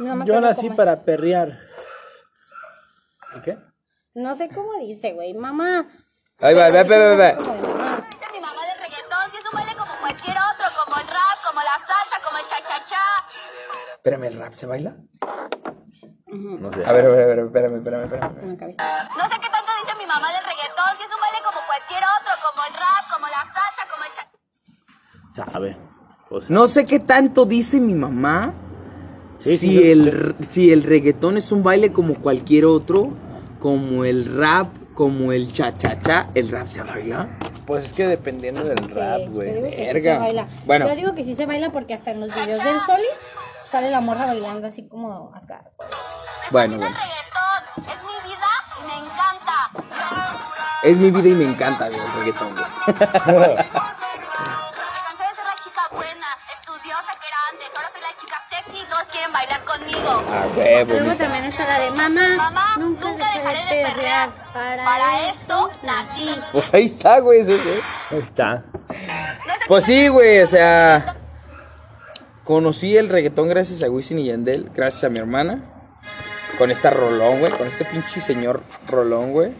S4: No me
S3: Yo
S4: acuerdo
S3: nací
S4: cómo es.
S3: para perrear. ¿Qué?
S4: No sé cómo dice, güey. Mamá.
S2: Ahí va, ve, ve, ve, ve.
S4: Como de mamá.
S11: Dice mi mamá del reggaetón que es un baile como cualquier otro, como el rap, como la salsa, como el cha-cha-cha.
S2: Espérame, ¿el rap se baila?
S4: Mm.
S2: A ver, a ver, a ver, espérame, espérame, espérame.
S4: Como en
S2: Ah,
S4: cabeza.
S11: No sé qué tanto dice mi mamá del reggaetón que es un baile como cualquier otro, como el rap, como la salsa, como el cha
S3: Sabe. Pues,
S2: No sé qué tanto dice mi mamá.
S3: Sí,
S2: si,
S3: sí, sí.
S2: el, r- si el reggaetón es un baile como cualquier otro, como el rap, como el cha-cha-cha, el rap se baila.
S3: pues es que dependiendo del
S4: Sí, yo
S3: rap,
S4: digo
S3: güey.
S4: que sí
S2: Verga.
S4: se baila.
S2: Bueno.
S4: Yo digo que sí se baila porque hasta en los videos del Soli sale la morra bailando así como acá.
S2: Bueno,
S11: El
S2: bueno.
S11: reggaetón es mi vida y me encanta.
S2: Es mi vida y me encanta güey, el reggaetón. güey.
S11: Me cansé de ser la chica buena, estudiosa que era antes. Ahora soy la chica sexy y todos quieren bailar conmigo.
S2: Ah, huevo,
S4: Luego
S2: mi-
S4: también está la de mamá.
S11: Mamá,
S4: nunca,
S11: nunca
S4: dejaré, de perrear. Para,
S11: Para
S4: esto
S11: esto
S4: nací.
S11: nací.
S2: Pues ahí está, güey. es ese.
S3: Ahí está.
S2: Pues sí, güey, o sea. Conocí el reggaetón gracias a Wisin y Yandel, gracias a mi hermana. Con esta rolón, güey, con este pinche señor rolón, güey.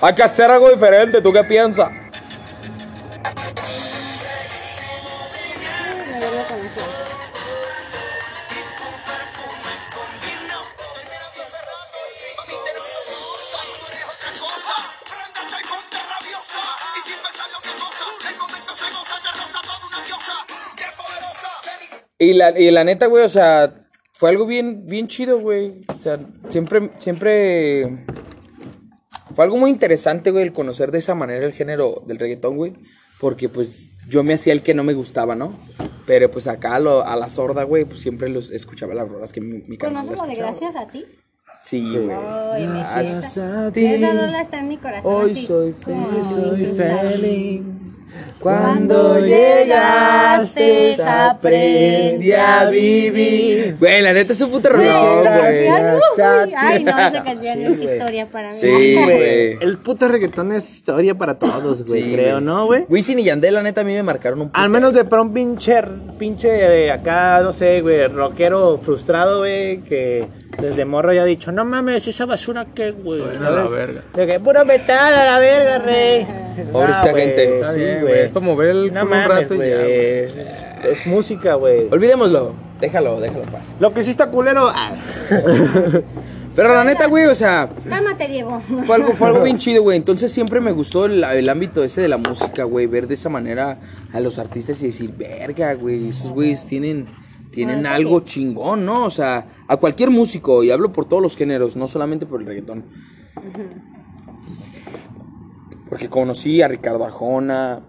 S2: Hay que hacer algo diferente, ¿tú qué piensas?
S4: Me vuelvo con eso.
S2: Y la, y la neta, güey, o sea, fue algo bien, bien chido, güey. O sea, siempre, siempre. Fue algo muy interesante, güey, el conocer de esa manera el género del reggaetón, güey. porque pues yo me hacía el que no me gustaba, ¿no? Pero pues acá a lo- a la sorda, güey, pues siempre los escuchaba las rolas que mi, mi carnal
S4: ¿Conoces la de
S2: escuchaba.
S4: Gracias a ti?
S2: Sí, güey. Ah,
S4: Ay, me gusta.
S2: a ti.
S4: Esa rola está en mi corazón.
S2: Hoy
S4: así.
S2: soy feliz,
S4: Ay,
S2: soy
S4: mi
S2: feliz.
S4: Cuando llegaste, aprendí a vivir.
S2: Güey, la neta es un puto rolón, güey.
S4: Pues, Gracias, uy.
S3: Gracias a
S4: Ay,
S3: ti.
S4: no, esa canción es
S3: güey.
S4: historia para mí.
S2: Sí, güey.
S3: El puto reggaetón es historia para todos, güey,
S2: Sí,
S3: Pues, creo, ¿no, güey?
S2: Wisin y Yandel, la neta, a mí me marcaron un
S3: Al menos de pronto pinche, pinche eh, acá, no sé, güey, rockero frustrado, güey, que desde morro ya ha dicho, no mames, esa basura qué, güey.
S7: a la
S3: ¿sabes?
S7: verga.
S3: De que puro metal a la verga, rey.
S2: Pobrecita
S3: Ah, güey,
S2: gente.
S3: está
S7: Sí,
S3: bien,
S7: güey, es pa' mover el culo un rato y ya,
S3: güey. Es música, güey.
S2: Olvidémoslo. Déjalo, déjalo en paz.
S3: Lo que sí está culero. ah.
S2: Pero la neta, güey, o sea,
S4: Cálmate, Diego.
S2: fue algo, fue algo bien chido, güey. Entonces siempre me gustó el, el ámbito ese de la música, güey. Ver de esa manera a los artistas y decir, verga, güey, esos güeyes tienen, tienen algo chingón, ¿no? O sea, a cualquier músico, y hablo por todos los géneros, no solamente por el reggaetón. Porque conocí a Ricardo Arjona,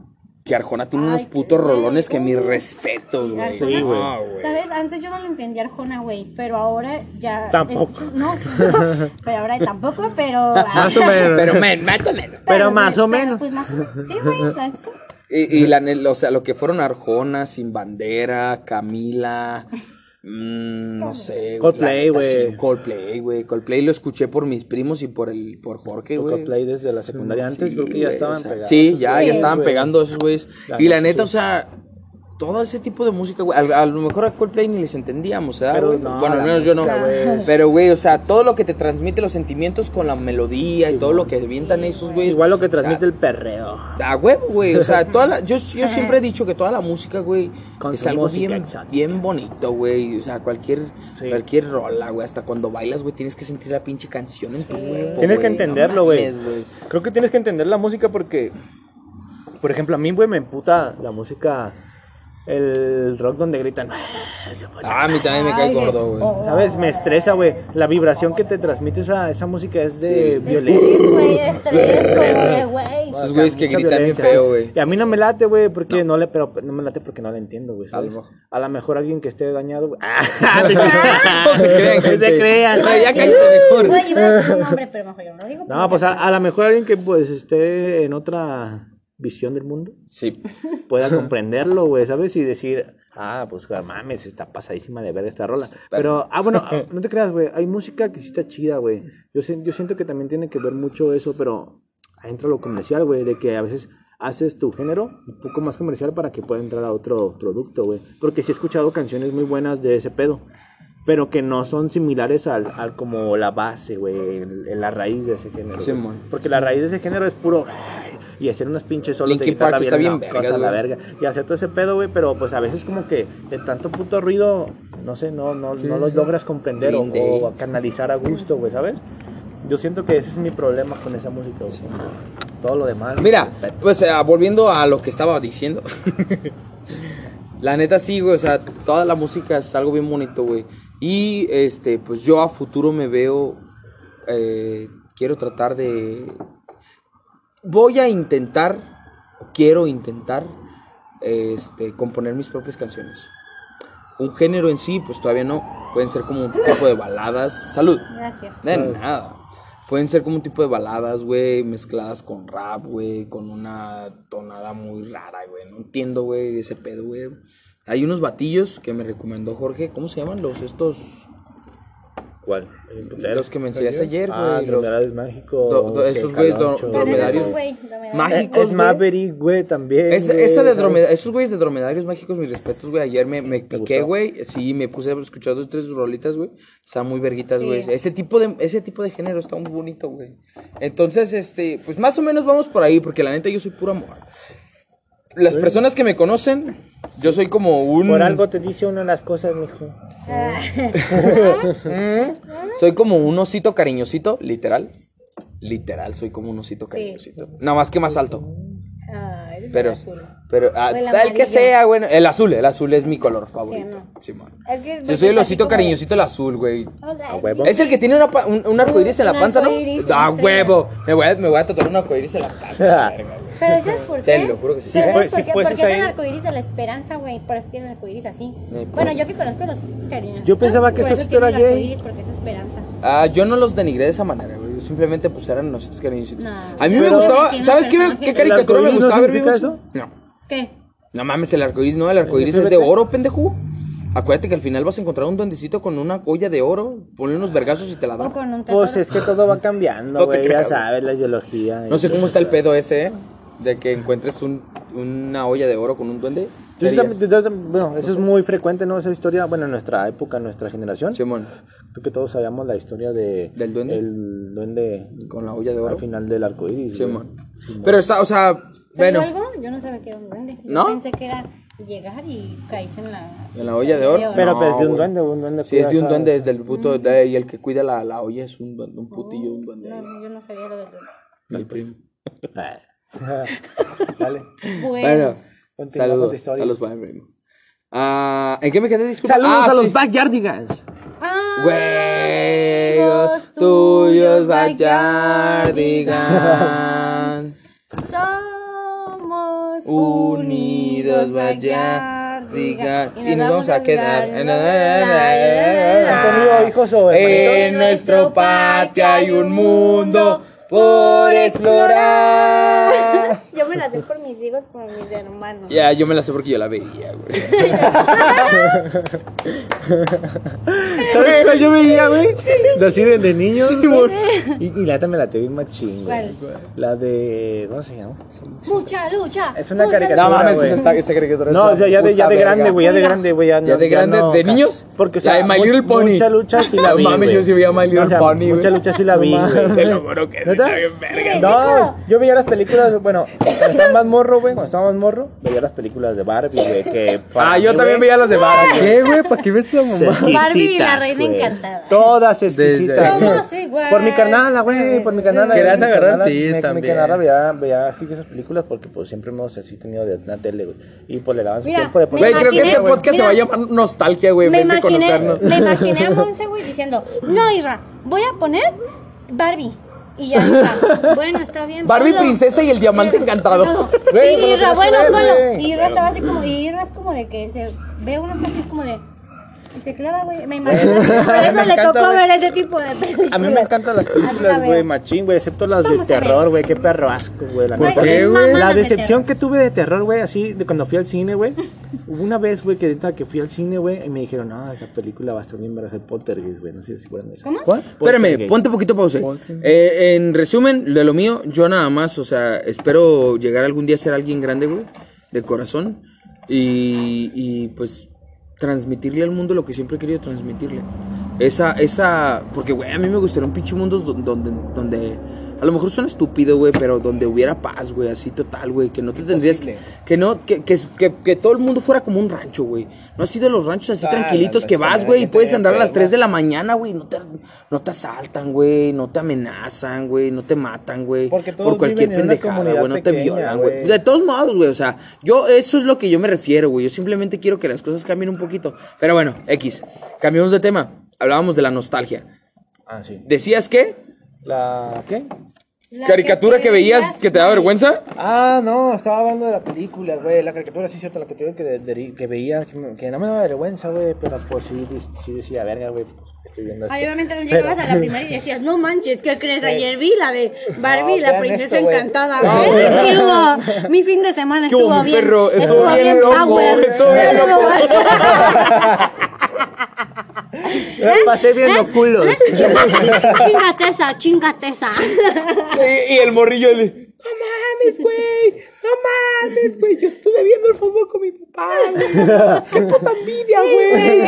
S2: que Arjona tiene unos
S4: Ay,
S2: putos
S4: güey,
S2: rolones que mis
S4: uy.
S2: respetos, güey.
S4: Arjona. Sí, güey.
S2: No, güey.
S4: ¿Sabes? Antes yo no lo entendía Arjona, güey, pero ahora ya...
S3: Tampoco.
S4: escucho- no, pero ahora tampoco, pero...
S3: Más o menos.
S2: Pero men, más o menos.
S3: pero más
S4: pero,
S3: o menos.
S4: Pues más o menos. Sí, güey, la- sí.
S2: Y, y la, ne- o sea, lo que fueron Arjona, Sin Bandera, Camila, mm, no sé. güey,
S3: Coldplay,
S2: la neta,
S3: güey.
S2: sí, Coldplay, güey. Coldplay lo escuché por mis primos y por el por Jorge, güey.
S3: Coldplay desde la secundaria antes,
S2: Sí,
S3: creo que ya
S2: güey,
S3: estaban
S2: o sea,
S3: pegados.
S2: Sí, ya,
S3: Sí,
S2: ya estaban
S3: güey.
S2: pegando esos güeyes.
S3: La
S2: Y la
S3: neta,
S2: neta, o sea, todo ese tipo de música, güey. A, a lo mejor a Coldplay ni les entendíamos, ¿verdad?
S3: Pero
S2: güey?
S3: no,
S2: bueno, al
S3: la
S2: menos yo no.
S3: música, güey.
S2: Pero, güey, o sea, todo lo que te transmite los sentimientos con la melodía y todo lo que avientan esos güeyes.
S3: Igual lo que
S2: o sea,
S3: transmite el perreo.
S2: a huevo, güey. O sea, toda la- yo, yo siempre he dicho que toda la música, güey,
S3: Con
S2: es
S3: su
S2: algo
S3: música
S2: bien,
S3: exótica.
S2: bien bonito, güey. O sea, cualquier,
S3: Sí.
S2: cualquier rola, güey. Hasta cuando bailas, güey, tienes que sentir la pinche canción en tu cuerpo.
S3: Tienes que
S2: güey, no
S3: entenderlo, güey.
S2: mames, güey.
S3: Creo que tienes que entender la música porque, por ejemplo, a mí, güey, me emputa la música, el rock donde gritan.
S2: Ah, a mí también me cae gordo,
S3: oh,
S2: güey.
S3: ¿Sabes? Me estresa, güey. La vibración que te transmite esa, esa música es de violencia.
S4: Estrés, güey, estrés, como de, güey.
S2: Esos güeyes que
S3: Mucha
S2: gritan bien
S3: violencia.
S2: feo, güey.
S3: Y a mí no me late, güey, porque no. le, pero no me late porque no la entiendo, güey. ¿sabes?
S2: lo mejor.
S3: A lo mejor alguien que esté dañado, güey. no
S2: se crean, gente.
S3: se crean.
S2: Güey, ya cállate mejor.
S4: Güey, iba a decir un nombre, pero mejor yo no lo digo.
S3: No, pues a, a lo mejor alguien que pues esté en otra visión del mundo
S2: Sí.
S3: pueda comprenderlo, güey, ¿sabes? Y decir, ah, pues ah, mames, está pasadísima de verga esta rola. Pero, ah, bueno, ah, no te creas, güey, hay música que sí está chida, güey. Yo, sien- yo siento que también tiene que ver mucho eso, pero ahí entra lo comercial, güey, de que a veces haces tu género un poco más comercial para que pueda entrar a otro producto, güey. Porque sí he escuchado canciones muy buenas de ese pedo. Pero que no son similares al, al como la base, güey, el- el- la raíz de ese género. güey.
S2: Simón.
S3: Porque la raíz de ese género es puro... Y hacer unos pinches solos de
S2: Linkin
S3: guitarra
S2: Park está
S3: bien
S2: bien
S3: locos a la
S2: vergas,
S3: verga. Y hacer todo ese pedo, güey, pero pues a veces como que de tanto puto ruido, no sé, no, no, no los logras comprender o,
S2: Green Day.
S3: o canalizar a gusto, güey, ¿sabes? Yo siento que ese es mi problema con esa música, güey. Todo lo demás.
S2: Mira,
S3: respeto.
S2: pues eh, volviendo a lo que estaba diciendo. la neta sí, güey, o sea, toda la música es algo bien bonito, güey. Y este, pues yo a futuro me veo eh, quiero tratar de voy a intentar quiero intentar este componer mis propias canciones. Un género en sí, pues todavía no. Pueden ser como un tipo de baladas. Salud.
S3: pues,
S4: Gracias.
S2: De nada. Pueden ser como un tipo de baladas, güey, mezcladas con rap, güey, con una tonada muy rara, güey. No entiendo, güey, ese pedo, güey. Hay unos batillos que me recomendó Jorge. ¿Cómo se llaman los estos?
S3: ¿Cuál?
S2: Los que me enseñaste ayer, güey.
S3: Ah,
S2: los
S3: dromedarios mágicos.
S2: do- do- esos güeyes do-
S3: calonchos.
S2: dromedarios
S4: Esos güey, dromedarios.
S2: mágicos,
S3: Es
S2: güey.
S3: Maverick, güey, también.
S2: Es-
S3: güey,
S2: esa de
S3: ¿sabes?
S2: dromedarios, esos güeyes de dromedarios mágicos, mis respetos, güey. Ayer me, me piqué,
S3: gustó?
S2: güey. Sí, me puse a escuchar dos, tres rolitas, güey. Están muy verguitas,
S4: Sí.
S2: güey. Ese tipo de, ese tipo de género está muy bonito, güey. Entonces, este, pues más o menos vamos por ahí, porque la neta yo soy puro amor. Las personas que me conocen, yo soy como un.
S3: Por algo te dice una de las cosas, mijo.
S2: Soy como un osito cariñosito, literal. Literal, soy como un osito cariñosito. Nada más que más alto.
S4: Ah, eres
S2: Pero,
S4: un azul.
S2: pero ah,
S4: O el
S2: tal que
S4: amarillo.
S2: sea, bueno, el azul, el azul es mi color favorito.
S4: no.
S2: Simón.
S4: Es que-
S2: Yo soy el
S4: así
S2: osito
S4: como de-
S2: cariñosito, el azul, güey.
S4: Hola.
S3: huevo.
S2: Es el que tiene una pa- un, un arcoíris en la
S4: Un
S2: panza, ¿no?
S4: arcoíris, este. una
S2: Ah,
S4: estrella.
S2: huevo. Me voy, a, me voy a tatuar un arcoíris en la panza. la verga, güey.
S4: Pero ¿sabes por qué?
S2: Te lo juro que sí.
S4: Pero
S3: Sí,
S4: ¿sabes
S3: pues,
S4: por
S3: sí,
S4: qué?
S3: pues,
S4: Porque
S3: es
S4: es el
S3: ahí.
S4: arcoíris de la esperanza, güey. Por eso tiene el arcoíris así.
S2: Eh,
S4: Bueno, yo que conozco los cariños.
S3: Yo pensaba que
S4: Por
S3: eso sí
S4: tiene
S3: era
S4: el
S3: gay.
S4: arcoíris, Porque es esperanza.
S2: Ah, yo no los denigré de esa manera, güey. Simplemente pues eran los cariñositos.
S4: No.
S2: a mí me
S4: Pero-
S2: gustaba,
S4: Tiene
S2: ¿sabes qué,
S4: personaje.
S2: qué caricatura
S3: ¿El
S2: me
S3: arcoíris no
S2: gustaba ver
S3: significa
S2: vivo? No.
S4: ¿Qué?
S2: No mames, el arcoíris no, el arcoíris es de oro, pendejo. Acuérdate que al final vas a encontrar un duendecito con una olla de oro, ponle unos vergazos y te la
S4: O
S2: da.
S4: con un tesoro.
S3: Pues es que todo va cambiando,
S2: No te
S3: güey. ya
S2: creas.
S3: sabes la ideología.
S2: No sé cómo está el pedo ese, ¿eh? De que encuentres un- una olla de oro con un duende. ¿Qué
S3: Yo sí
S2: harías?
S3: también- yo también- bueno, eso es muy frecuente, ¿no? Esa historia, bueno, en nuestra época, en nuestra generación.
S2: Simón,
S3: Creo que todos sabíamos la historia de,
S2: ¿Del duende?
S3: El duende
S2: con la olla de oro.
S3: al final del arco iris.
S2: Simón. Pero está, o sea, bueno.
S4: ¿Te digo algo? Yo no sabía que era un duende. Yo
S2: ¿No?
S4: pensé que era llegar y caíste en la...
S2: ¿En la olla de oro?
S3: Pero
S2: No,
S3: pues, de un
S2: güey.
S3: duende, un duende.
S2: Si es de
S3: cuida
S2: un
S3: esa-
S2: duende, es del puto. de- y el que cuida la, la olla es un, duende, un putillo, un duende.
S4: No, yo no sabía lo del duende.
S2: Mi
S3: pues.
S2: primo.
S3: Ah. Dale.
S4: Bueno.
S2: Bueno,
S3: continúa con tu
S2: saludos
S3: historia.
S2: a los Byron. Ah, ¿En qué me quedé? Disculpa.
S3: Saludos
S2: Ah,
S3: a los
S2: sí.
S3: Backyardigans.
S4: Ah,
S2: Huevos tuyos, Bayardigan.
S4: Ah, Somos
S2: Unidos,
S4: unidos,
S2: vaya,
S4: vaya,
S2: diga,
S4: diga.
S2: y nos vamos a quedar
S3: Conmigo, hijos o
S2: en nuestro patio hay un mundo por explorar.
S4: Yo me las doy por mis hijos, por mis hermanos.
S2: Ya, yo me la sé porque yo la veía, güey.
S3: ¿Sabes cuál yo veía, güey? De Así de, de niños. güey. y, y la neta me la te vi más chingona.
S4: ¿Cuál?
S3: La de. ¿Cómo se llama?
S4: Mucha lucha.
S3: Es una
S4: mucha
S3: caricatura.
S2: No mames,
S3: güey.
S2: esa está- esa caricatura
S3: No,
S2: está
S3: ya, ya de, ya
S2: puta
S3: de
S2: verga.
S3: grande, güey, ya de grande, güey. Ya, no-
S2: Ya de grande,
S3: no,
S2: ¿de
S3: ca-
S2: niños?
S3: Porque, o
S2: La
S3: sea,
S2: de My
S3: mu-
S2: Little Pony.
S3: Mucha lucha sí la
S2: No
S3: vi.
S2: mames,
S3: güey.
S2: yo sí veía My Little Pony, güey.
S3: Mucha lucha sí la vi.
S2: No mames,
S3: güey.
S2: te lo juro que
S3: ¿Neta?
S2: está bien verga.
S3: No, yo veía las películas, bueno, cuando estaba más morro, güey, cuando estaba más morro, veía las películas de Barbie, güey, que para
S2: Ah, yo
S3: mí,
S2: también
S3: güey,
S2: veía las de Barbie.
S7: ¿Qué, güey? ¿Para qué ves a
S3: es
S7: mamá?
S4: Barbie y la
S3: exquisitas,
S4: reina
S3: güey.
S4: encantada.
S3: Todas exquisitas.
S2: Desde-
S3: güey.
S4: Somos iguales.
S3: Por mi carnala, güey, por mi carnala.
S7: Querías
S3: mi
S7: agarrar
S3: carnala,
S7: tis
S3: mi-
S7: también.
S3: Mi carnala veía, veía así esas películas porque pues siempre hemos así tenido de la tele, güey. Y pues le daban su
S4: Mira,
S3: tiempo de
S4: me
S3: poner-
S2: Güey, creo que
S4: imaginé-
S2: este podcast se va a
S4: mira.
S2: llamar Nostalgia, güey, en
S4: me
S2: vez de
S4: imaginé,
S2: conocernos.
S4: me imaginé a Monse, güey, diciendo, no, Isra, voy a poner Barbie. Y ya está. Bueno, está bien.
S2: Barbie
S4: ponlo.
S2: princesa y el diamante
S4: Y-
S2: encantado.
S4: Y-
S2: Güey,
S4: y Isra,
S2: pero no
S4: bueno,
S2: se ve,
S4: ponlo.
S2: güey.
S4: Y Isra estaba así como, y Isra es como de que se ve una cosa y es como de... Y se clava, güey. Me imagino. Por eso le tocó ver ese tipo de películas.
S3: A mí me encantan las
S4: Así la
S3: películas,
S4: veo.
S3: güey, machín, güey, excepto las de
S4: Vamos a ver.
S3: terror, güey, qué perro asco, güey. la
S4: ¿Por
S3: neta.
S4: qué, güey? Maman
S3: La
S4: las de
S3: decepción que tuve de terror, güey, así, de cuando fui al cine, güey. Hubo una vez, güey, que neta que fui al cine, güey, y me dijeron, no, esa película va a estar bien verga, de Poltergeist, güey, no sé si se acuerdan de eso.
S4: ¿Cómo?
S3: ¿Cuál?
S2: Espérame,
S3: Poltergeist.
S2: ponte poquito pausa. Eh, en resumen, de lo mío, yo nada más, o sea, espero llegar algún día a ser alguien grande, güey, de corazón. Y, y, pues transmitirle al mundo lo que siempre he querido transmitirle. Esa, esa, porque, güey, a mí me gustaría un pinche mundo don- donde, donde, a lo mejor suena estúpido, güey, pero donde hubiera paz, güey, así total, güey, que no te tendrías que, que no, que, que, que, que todo el mundo fuera como un rancho, güey. No así de los ranchos así tranquilitos que vas, güey, y puedes andar a las 3 de la mañana, güey, no te, no te asaltan, güey, no te amenazan, güey, no te matan, güey,
S3: Porque
S2: por
S3: todos
S2: cualquier
S3: viven en una
S2: pendejada,
S3: comunidad
S2: güey, no te
S3: pequeña,
S2: violan, güey.
S3: güey.
S2: De todos modos, güey, o sea, yo eso es lo que yo me refiero, güey. Yo simplemente quiero que las cosas cambien un poquito. Pero bueno, X, cambiamos de tema. Hablábamos de la nostalgia.
S3: Ah, sí.
S2: ¿Decías qué?
S3: ¿La qué?
S4: La
S2: ¿Caricatura que, veías
S4: veías,
S2: que te da
S4: güey.
S2: vergüenza?
S3: Ah, no, estaba hablando de la película, güey, la caricatura, sí, cierto, la que te digo que, de- de- que veía, que, me- que no me daba vergüenza, güey, pero pues sí, dis- sí decía, verga, güey, pues, estoy viendo esto.
S4: Ay, obviamente no
S3: Pero-
S4: llegabas a la primera y decías, no manches, ¿qué crees? Ayer vi la de Barbie,
S3: No,
S4: la
S3: vean
S4: princesa
S3: esto, güey.
S4: encantada.
S3: No,
S4: ¿eh?
S3: güey.
S4: ¿Qué hubo? Mi fin de semana
S2: ¿Qué hubo,
S4: estuvo
S2: mi
S4: bien.
S2: perro? Estuvo bien loco, estuvo bien
S3: La pasé viendo culos.
S4: Chingate esa, chingate esa.
S2: Y, y el morrillo le. No mames, güey. No mames, güey. Yo estuve viendo el fútbol con mi papá, güey. Qué puta envidia, güey.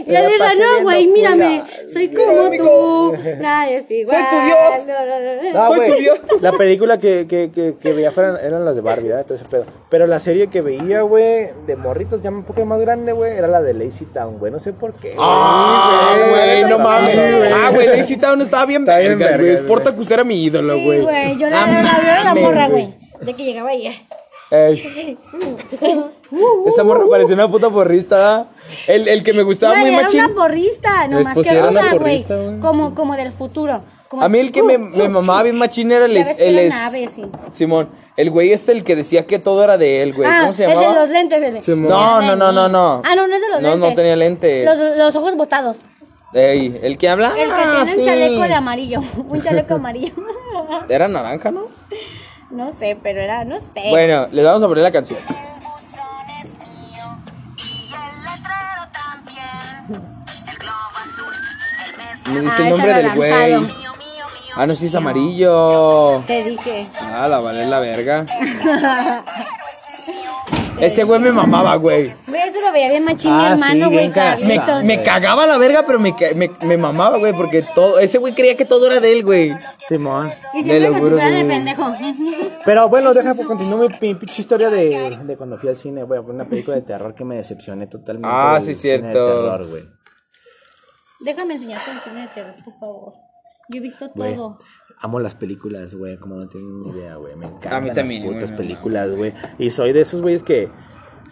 S4: Y yo le
S3: pasé
S4: no,
S3: viendo
S4: güey,
S3: culo.
S4: mírame, soy como tú. Nadie es igual.
S2: Soy tu Dios.
S4: No, no, no, no.
S3: No,
S2: Fue
S3: güey,
S2: tu Dios.
S3: La película que, que, que, que veía fueran- eran las de Barbie, ¿verdad? Todo ese pedo. Pero la serie que veía, güey, de morritos, ya un poco más grande, güey, era la de Lazy Town, güey. No sé por qué.
S2: Ah,
S3: Sí,
S2: güey, no
S3: Sí,
S2: mames.
S3: güey.
S2: Ah, güey, Lazy Town estaba bien verga, güey. Sportacus era mi ídolo,
S4: Sí,
S2: güey.
S4: güey, yo la
S2: Ah,
S4: la- la veo a la
S2: mames,
S4: morra, güey. De que llegaba eh, ayer.
S2: Ey. Esa morra parecía una puta porrista. El, el que me gustaba
S4: Güey,
S2: muy
S4: era
S2: machín.
S4: una porrista, no
S7: Pues,
S4: más
S7: pues,
S4: que
S7: era una
S4: rosa, güey.
S7: porrista, güey.
S4: Como, Uh, como del futuro. como-
S2: A mí el que me, me mamaba bien machín era el...
S4: Ya
S2: es-
S4: ves que
S2: el
S4: eran
S2: es-
S4: aves, sí.
S2: Simón, el güey este el que decía que todo era de él, güey.
S4: ah,
S2: ¿Cómo se
S4: el de
S2: llamaba?
S4: los lentes. el de-
S12: Simón.
S2: No,
S4: Ya
S2: no,
S4: de
S2: no,
S4: mí.
S2: no, no.
S4: Ah, no, no es de los
S2: No, no
S4: lentes.
S2: tenía lentes.
S4: Los, los ojos botados.
S2: Ey, el que habla.
S4: El que
S2: Ah,
S4: tiene un
S2: sí.
S4: chaleco de amarillo. un chaleco amarillo.
S2: Era naranja, ¿no?
S4: no sé, pero era, no sé.
S2: Bueno, les vamos a poner la canción.
S1: El buzón es mío y el letrero también. El globo azul, el mes
S2: Me
S4: Ah,
S2: dice
S4: esa
S2: el nombre
S4: la
S2: del güey.
S4: lanzaron.
S1: mío, mío, mío.
S2: Ah, no, sí es amarillo.
S4: Te dije.
S2: Ah, la vale la verga. Ese güey me mamaba, güey.
S4: Güey, eso lo veía bien machín mi
S3: Ah,
S4: hermano,
S3: sí,
S4: güey.
S3: bien ca-
S2: Me,
S4: Carlitos.
S2: me cagaba la verga, pero me, ca- me, me mamaba, güey, porque todo. Ese güey creía que todo era de él, güey.
S3: Simón.
S4: Y
S2: me
S4: siempre
S2: lo
S4: nos
S2: juro,
S4: jugaba de
S2: güey.
S4: pendejo.
S3: Pero bueno, deja que continúe mi pi- pinche historia de, de cuando fui al cine, güey, a ver una película de terror que me decepcioné totalmente.
S2: Ah,
S3: del
S2: sí,
S3: cine de
S2: cierto.
S3: terror, güey.
S4: Déjame enseñarte el cine de terror, por favor. Yo he visto
S3: Güey,
S4: todo.
S3: Amo las películas, güey, como no tienen ni idea, güey. Me encantan
S2: mí también,
S3: las
S2: güey,
S3: putas
S2: me
S3: películas, güey. Y soy de esos güeyes que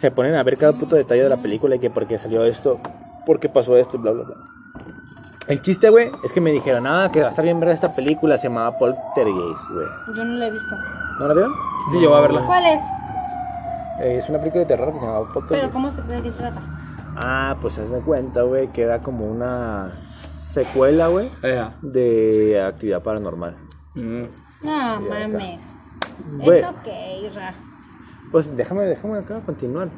S3: se ponen a ver cada puto detalle de la película y que por qué salió esto, por qué pasó esto, bla, bla, bla. El chiste, güey, es que me dijeron, ah, que va a estar bien ver esta película, se llamaba Poltergeist, güey.
S4: Yo no lo he visto.
S3: ¿No la vieron?
S2: Sí, yo voy a verla.
S4: ¿Cuál es?
S3: Eh, es una película de terror que se llamaba Poltergeist.
S4: Pero ¿cómo se, de qué trata?
S3: Ah, pues haz de cuenta, güey, que era como una secuela, güey,
S2: Ea.
S3: de actividad paranormal.
S2: Mm.
S4: No mames.
S3: Güey.
S4: Es ok, Ra.
S3: Pues déjame, déjame acá continuar.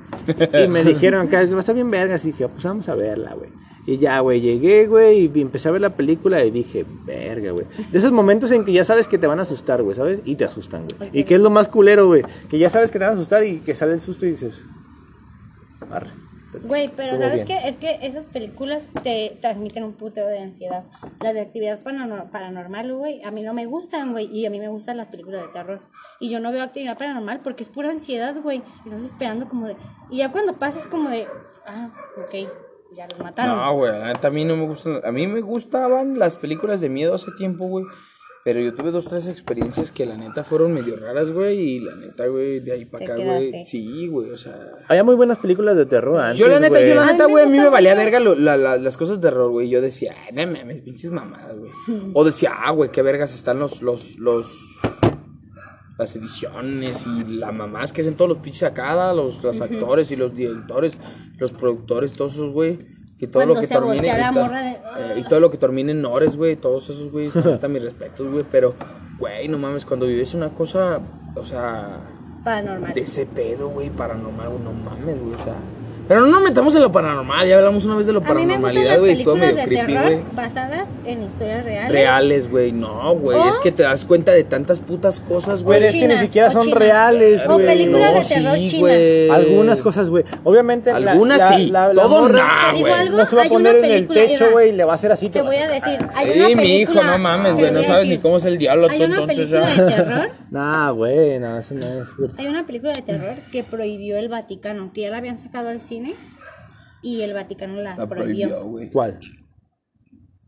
S3: Y me dijeron acá, va a estar bien verga, así que pues vamos a verla, güey. Y ya, güey, llegué, güey, y empecé a ver la película y dije, verga, güey. De esos momentos en que ya sabes que te van a asustar, güey, ¿sabes? Y te asustan, güey. Y que es lo más culero, güey, que ya sabes que te van a asustar y que sale el susto y dices, arre.
S4: Güey, pero
S3: Estuvo
S4: ¿sabes
S3: bien.
S4: qué? Es que esas películas te transmiten un puteo de ansiedad. Las de actividad paranor- paranormal, güey, a mí no me gustan, güey, y a mí me gustan las películas de terror. Y yo no veo actividad paranormal porque es pura ansiedad, güey. Estás esperando como de... Y ya cuando pasas como de... Ah, ok, ya los mataron.
S2: No, güey, la neta, a mí no me gustan. A mí me gustaban las películas de miedo hace tiempo, güey. Pero yo tuve dos, tres experiencias que la neta fueron medio raras, güey. Y la neta, güey, de ahí para
S4: Te
S2: acá, güey.
S4: quedaste.
S2: Sí, güey, o sea.
S3: Había muy buenas películas de terror antes,
S2: Yo la neta,
S3: güey.
S2: yo la
S4: A mí
S2: neta,
S4: me
S2: güey, a mí me
S4: gusta
S2: valía
S4: mucho.
S2: verga lo- la- la- las cosas de error, güey. Yo decía, ah, no mames, pinches mamadas, güey. O decía, ah, güey, qué vergas están los, los, los, las ediciones y la mamás que hacen todos los pinches acá, los, los actores y los directores, los productores, todos esos, güey. Y todo
S4: Cuando
S2: lo que
S4: se
S2: termine.
S4: voltea
S2: y,
S4: la
S2: to-
S4: morra de- "Ah".
S2: eh, y todo lo que termine en Nores, güey. Todos esos, güey. la neta, mis respetos, güey. Pero, güey, no mames, cuando vives una cosa, o sea
S4: Paranormal.
S2: de ese pedo, güey, paranormal, güey, no mames, güey, o sea. Pero no nos metamos en lo paranormal, ya hablamos una vez de lo
S4: A mí me gustan
S2: paranormalidad,
S4: las
S2: güey, estuvo
S4: películas
S2: medio
S4: de
S2: creepy,
S4: terror
S2: güey.
S4: basadas en historias reales.
S2: Reales, güey, no, güey,
S4: ¿O?
S2: es que te das cuenta de tantas putas cosas,
S3: Güey,
S2: güey.
S3: es que ni
S4: chinas,
S3: siquiera
S4: o
S3: son
S4: chinas.
S3: reales,
S4: O
S3: güey.
S4: películas
S2: No,
S4: de terror
S2: sí,
S4: chinas.
S2: güey.
S3: Algunas cosas, güey. Obviamente. la-
S2: Algunas
S3: la-
S2: sí,
S3: la- la
S2: todo
S3: morra
S2: nah,
S4: Te digo
S2: güey.
S4: algo,
S3: No se va a
S4: hay
S3: poner
S4: una
S3: en el
S4: película,
S3: techo,
S4: Ira.
S3: güey, y le va a hacer así.
S4: Te
S3: va
S4: voy
S3: hacer-
S4: a decir, hay
S2: Sí,
S4: una
S2: mi
S4: película.
S2: hijo, no mames,
S4: te
S2: güey, no
S4: voy a
S2: sabes ni
S4: decir,
S2: cómo es el diablo,
S4: Hay
S2: tú,
S4: una
S2: entonces,
S4: película
S2: ya.
S4: de terror.
S3: Nah, güey, no, eso no es. güey.
S4: Hay una película de terror que prohibió el Vaticano, que ya la habían sacado al cine y el Vaticano la,
S2: La
S4: prohibió.
S2: prohibió, güey.
S3: ¿Cuál?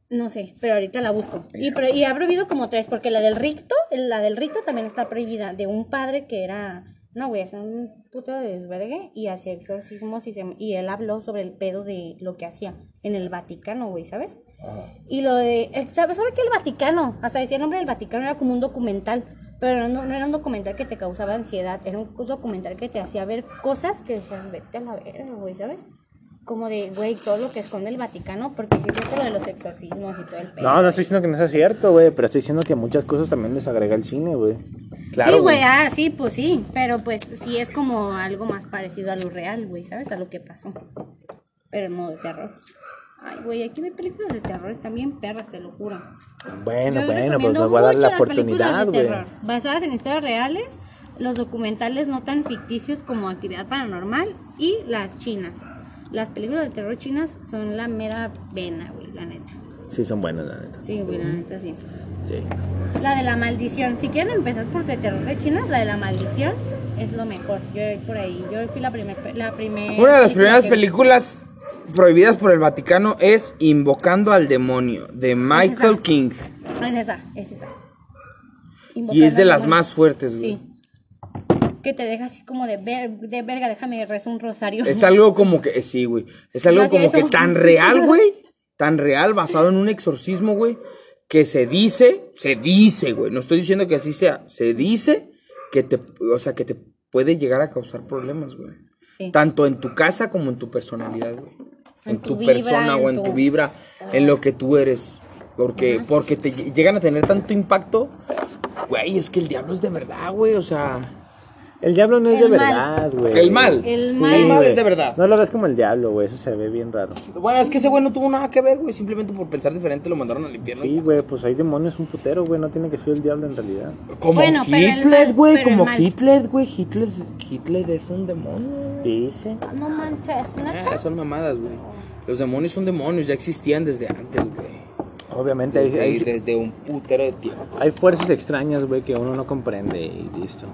S4: No sé, pero ahorita la busco. Y, pro- y ha prohibido como tres, porque la del rito, la del rito también está prohibida, de un padre que era, no güey, hacía un puto desvergue y hacía exorcismos y, se- y él habló sobre el pedo de lo que hacía en el Vaticano, güey, ¿sabes? Y lo de, ¿sabes sabe que el Vaticano? Hasta decía el nombre del Vaticano era como un documental, pero no, no era un documental que te causaba ansiedad, era un documental que te hacía ver cosas que decías, vete a la verga, güey, ¿sabes? Como de, güey, todo lo que esconde el Vaticano, porque sí es cierto lo de los exorcismos y todo el pedo.
S3: No, no estoy diciendo que no sea cierto, güey, pero estoy diciendo que muchas cosas también les agrega el cine, güey.
S2: Claro,
S4: sí, güey,
S2: güey.
S4: ah, sí, pues sí, pero pues sí es como algo más parecido a lo real, güey, ¿sabes? A lo que pasó. Pero en modo de terror. Ay, güey, aquí hay películas de terror, están bien perras, te lo juro.
S3: Bueno,
S4: Yo
S3: bueno, pues
S4: recomiendo
S3: me voy a dar
S4: mucho
S3: la
S4: las películas
S3: oportunidad,
S4: de
S3: güey.
S4: terror, Basadas en historias reales, los documentales no tan ficticios como Actividad Paranormal y las chinas. Las películas de terror chinas son la mera vena, güey, la neta.
S3: Sí, son buenas, la neta.
S4: Sí, güey, la neta sí.
S3: Sí.
S4: La de la maldición. Si quieren empezar por de terror de China, la de la maldición es lo mejor. Yo por ahí, yo fui la primera. La primer
S2: Una de las
S4: película
S2: primeras
S4: que vi.
S2: películas prohibidas por el Vaticano es Invocando al Demonio, de Michael
S4: esa.
S2: King.
S4: Es esa, es esa.
S2: Y es de
S4: Invocando
S2: las
S4: demonios.
S2: más fuertes, güey.
S4: Sí. Que te deja así como de, ver, de verga, déjame rezar un rosario.
S2: Es algo como que, eh, sí, güey. Es algo
S4: Así
S2: como
S4: es,
S2: que
S4: ¿no?
S2: tan real, güey. Tan real, basado en un exorcismo, güey. que se dice, se dice, güey, no estoy diciendo que así sea, se dice que te, o sea, que te puede llegar a causar problemas, güey.
S4: Sí.
S2: Tanto en tu casa como en tu personalidad, güey. En,
S4: En
S2: tu,
S4: tu vibra,
S2: persona o en
S4: en
S2: tu
S4: tu-
S2: vibra, en lo que tú eres. Porque, porque te lle- llegan a tener tanto impacto, güey, es que el diablo es de verdad, güey, o sea,
S3: El diablo no es
S4: El
S3: de
S4: mal.
S3: verdad, güey.
S2: el mal.
S4: El
S3: Sí,
S4: mal.
S2: El mal
S3: güey.
S2: es de verdad.
S3: No lo ves como el diablo, güey. Eso se ve bien raro.
S2: Bueno, es que ese güey no tuvo nada que ver, güey, simplemente por pensar diferente lo mandaron al infierno.
S3: Sí, güey, pues hay demonios, un putero, güey. No tiene que ser el diablo en realidad.
S2: Como
S4: Bueno, pero el
S2: Hitler,
S4: mal,
S2: güey,
S4: pero el
S2: como
S4: mal.
S2: Hitler, güey, Hitler, Hitler es un demonio.
S3: Dice.
S4: No manches, ¿neta?
S2: Ah, son mamadas, güey. Los demonios son demonios, ya existían desde antes, güey.
S3: Obviamente hay,
S2: Desde,
S3: hay-
S2: desde un putero de tiempo.
S3: hay fuerzas extrañas, güey, que uno no comprende y listo.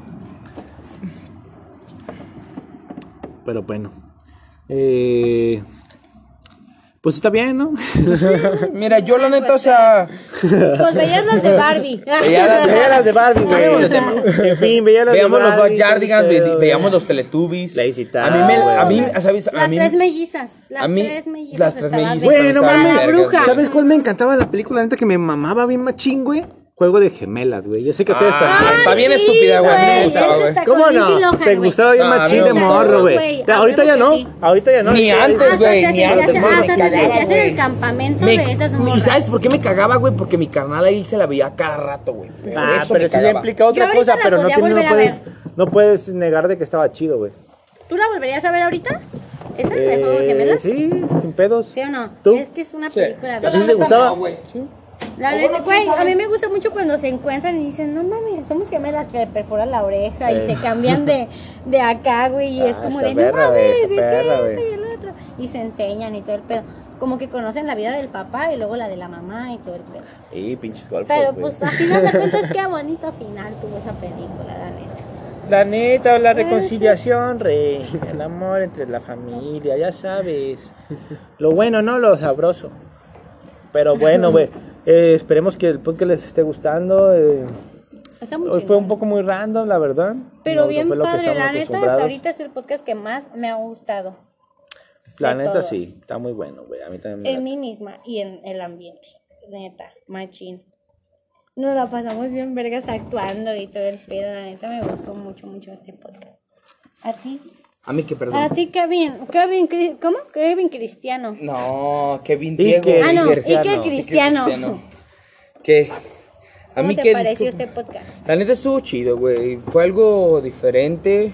S3: Pero bueno. Eh, pues está bien, ¿no?
S2: Mira, yo la neta, o sea,
S4: Pues veías las de Barbie.
S2: Veía las- veía
S3: Veía las de Barbie,
S2: Hablemos
S3: güey.
S2: del tema.
S3: En fin, veía las
S2: veíamos
S3: de
S2: los
S3: Barbie.
S2: Backyardigans,
S3: todo el
S2: ve-
S3: pedo,
S2: veíamos
S3: güey.
S2: los Teletubbies.
S3: La visitaba,
S2: A mí me,
S3: güey.
S2: a mí, ¿sabes? A
S4: Las
S2: mí,
S4: tres mellizas. Las
S2: a mí-
S4: tres mellizas.
S2: las tres
S4: estaban
S2: mellizas.
S4: bien.
S3: Güey, no
S2: Estaba
S3: mames.
S2: vergas,
S4: La bruja.
S3: ¿Sabes cuál me encantaba la película? Neta que me mamaba bien machín, güey. Juego de gemelas, güey. Yo sé que a ustedes
S2: Ah,
S3: también.
S2: está bien
S4: sí,
S2: estúpida, güey, a mí me
S4: güey,
S2: gustaba,
S4: esa
S2: güey.
S4: está con
S3: ¿Cómo
S4: Lindsay
S3: no?
S4: Lohan,
S3: Te
S4: güey.
S3: gustaba bien
S2: No, a mí
S3: machín
S2: me
S3: de
S2: gustaba,
S3: morro,
S4: güey.
S3: güey.
S4: A
S3: Ahorita
S4: huevo
S3: ya
S4: que
S3: no.
S4: sí.
S3: Ahorita ya no.
S2: Ni
S3: Ahorita-
S2: antes,
S4: Hasta
S2: güey,
S4: te
S2: ni
S4: sentías-
S2: antes,
S4: hasta
S2: güey, me
S4: te
S2: cagaba,
S4: sentías en
S2: güey.
S4: el campamento
S2: Me-
S4: de esas
S2: ¿Y
S4: morras.
S2: sabes por qué me cagaba, güey? Porque mi carnal ahí se la veía cada rato, güey. Por
S3: Ah,
S2: eso
S3: pero
S2: me
S3: eso ya
S2: cagaba.
S3: implica
S4: Yo
S3: otra
S4: ahorita
S3: cosa,
S4: la
S3: pero no,
S4: podía
S3: tiene- no
S4: volver a
S3: puedes,
S4: ver.
S3: no puedes negar de que estaba chido, güey.
S4: ¿Tú la volverías a ver ahorita? ¿Esa? ¿De Juego de
S3: Eh,
S4: Gemelas?
S3: Sí, sin pedos.
S4: ¿Sí o no?
S3: ¿Tú?
S4: Es que es una película.
S3: ¿A
S4: bien-
S3: ti sí te gustaba?
S4: La neta, güey, a mí me gusta mucho cuando se encuentran y dicen, no mames, somos gemelas que le perforan la oreja y
S3: Eh.
S4: se cambian de, de acá, güey, y es
S3: Ah,
S4: como
S3: está
S4: de,
S3: perra,
S4: no
S3: güey,
S4: mames, es
S3: está
S4: que
S3: perra,
S4: esto
S3: güey.
S4: y el otro. Y se enseñan y todo el pedo. Como que conocen la vida del papá y luego la de la mamá y todo el pedo.
S3: Y pinches golpes.
S4: Pero
S3: güey.
S4: pues al final de cuentas, qué bonito final tuvo esa película, la neta.
S3: La neta,
S4: eh,
S3: la reconciliación, rey. El amor entre la familia, ya sabes. Lo bueno, ¿no? Lo sabroso. Pero bueno, güey. eh, esperemos que el podcast les esté gustando. eh.
S4: Está muy
S3: hoy fue
S4: chingón.
S3: un poco muy random, la verdad.
S4: Pero
S3: No- no
S4: bien
S3: fue lo que
S4: padre,
S3: estábamos
S4: la neta, hasta
S3: acostumbrados.
S4: ahorita es el podcast que más me ha gustado.
S3: La
S4: de
S3: neta,
S4: todos.
S3: sí. Está muy bueno, güey. A mí también. me
S4: en
S3: late.
S4: mí misma y en el ambiente. Neta, machín. Nos la pasamos bien vergas actuando y todo el pedo. La neta me gustó mucho, mucho este podcast. A ti,
S2: A mí que perdón.
S4: a ti Kevin, Kevin, Cri- ¿cómo? Kevin Cristiano.
S2: No, Kevin
S3: Iker.
S2: Diego.
S4: Ah, no,
S2: Iker
S4: Iker Cristiano.
S2: ¿Qué? A
S4: ¿Cómo
S2: mí
S4: te
S2: que...
S4: pareció este podcast?
S2: La neta estuvo chido, güey. Fue algo diferente.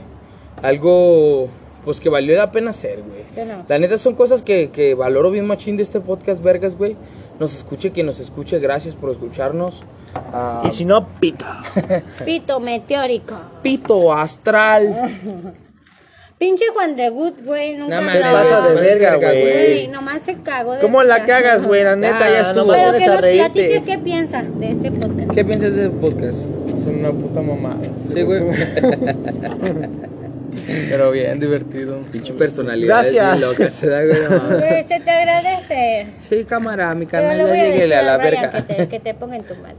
S2: Algo, pues que valió la pena hacer, güey.
S4: Sí, no.
S2: La neta son cosas que, que valoro bien machín de este podcast, vergas, güey. Nos escuche quien nos escuche. Gracias por escucharnos. Ah,
S3: Y si no, pita.
S4: Pito meteórico.
S2: Pito astral.
S4: Pinche Juan de Good, güey. Nunca
S2: No
S4: no,
S2: mames,
S3: pasa de verga, güey.
S4: Güey, nomás se cagó de
S3: ¿Cómo la
S4: risa.
S3: cagas, güey? La neta,
S2: Ah,
S3: ya
S2: no,
S3: estuvo.
S2: güey.
S4: Pero
S3: pones
S4: que
S3: a
S4: nos
S3: reírte.
S4: platique qué piensa de este podcast.
S2: ¿Qué piensas del podcast?
S7: Son una puta mamada.
S2: Sí, güey.
S7: Pero bien divertido.
S2: Pinche personalidad.
S3: Gracias.
S2: Loca, se da, güey, no mames.
S4: Güey, Eh, se te agradece.
S2: Sí, cámara, mi
S4: Pero
S2: canal
S4: le
S2: ya
S4: voy a decir
S2: lleguele a
S4: a
S2: la
S4: Brian que
S2: verga.
S4: te, que te ponga en tu madre.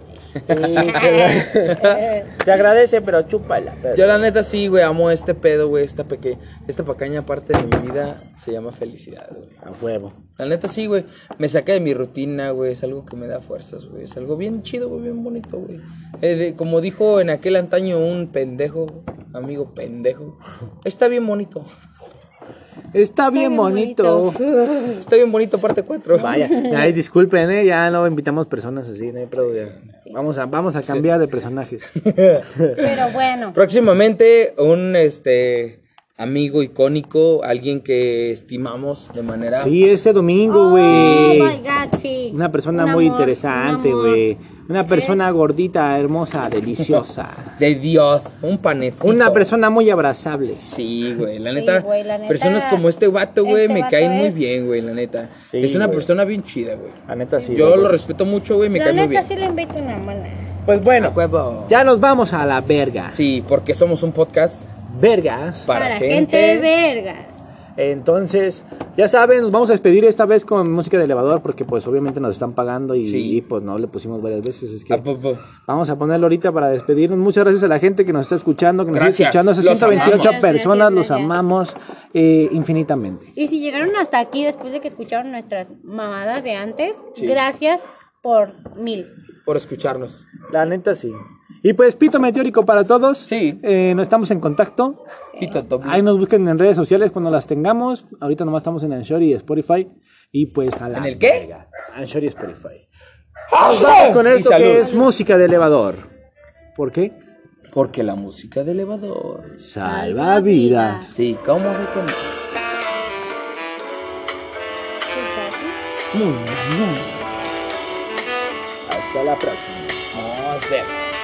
S3: Te agradece, pero chúpala. perro.
S2: Yo la neta sí, güey, amo este pedo, güey, esta pequeña, esta pequeña parte de mi vida se llama felicidad, güey.
S3: A huevo.
S2: La neta sí, güey, me saca de mi rutina, güey, es algo que me da fuerzas, güey, es algo bien chido, güey, bien bonito, güey. Eh, como dijo en aquel antaño un pendejo, amigo pendejo, está bien bonito,
S3: Está bien
S4: bien
S3: bonito.
S2: está bien bonito parte 4.
S3: Vaya, ay, disculpen, ¿eh? ya no invitamos personas así, ¿no? hay problema. vamos, a, vamos a cambiar de personajes.
S4: Pero bueno,
S2: Próximamente un, este, amigo icónico, alguien que estimamos de manera...
S3: Sí, este domingo,
S4: Oh
S3: güey.
S4: my God, sí.
S3: Una persona
S4: Un
S3: muy
S4: amor,
S3: interesante,
S4: un amor.
S3: güey. Una persona gordita, hermosa, deliciosa.
S2: De Dios, un panecito.
S3: Una persona muy abrazable.
S2: Sí, güey, la
S4: Sí,
S2: neta.
S4: güey, la neta,
S2: personas como este vato, güey,
S4: este
S2: me
S4: vato
S2: caen muy
S4: es-
S2: bien, güey, la neta.
S3: Sí,
S2: es una
S3: güey.
S2: persona bien chida, güey.
S3: La neta sí.
S2: Yo
S3: güey.
S2: lo respeto mucho, güey, me
S4: La
S2: cae muy
S4: neta
S2: bien.
S4: sí le invito una mona.
S3: Pues bueno,
S2: Huevo.
S3: ya nos vamos a la verga.
S2: Sí, porque somos un podcast
S3: Vergas.
S2: para, gente.
S4: gente vergas.
S3: Entonces, ya saben, nos vamos a despedir esta vez con música de elevador porque pues obviamente nos están pagando y,
S2: Sí.
S3: y, pues no le pusimos varias veces. Es que
S2: Ah, po, po.
S3: vamos a ponerlo ahorita para despedirnos. Muchas gracias a la gente que nos está escuchando, que nos
S2: Gracias.
S3: está escuchando.
S2: Los
S3: 128
S4: amamos.
S3: personas,
S4: Gracias,
S3: los
S4: gracias.
S3: amamos eh, infinitamente.
S4: Y si llegaron hasta aquí después de que escucharon nuestras mamadas de antes, gracias por mil.
S2: por escucharnos.
S3: La neta sí. Y pues pito meteórico para todos.
S2: Sí.
S3: Eh, no estamos en contacto.
S2: Pito top.
S3: Ahí nos busquen en redes sociales cuando las tengamos. Ahorita nomás estamos en Anchor y Spotify. Y pues a la
S2: ¿En el qué?
S3: verga. Anchor y Spotify. Nos vamos con
S2: Y
S3: esto
S2: salud.
S3: que es música de elevador. ¿Por qué?
S2: Porque la música de elevador.
S3: Salva vidas.
S2: Sí, ¿cómo de que no?
S3: Hasta la próxima.
S2: Nos vemos.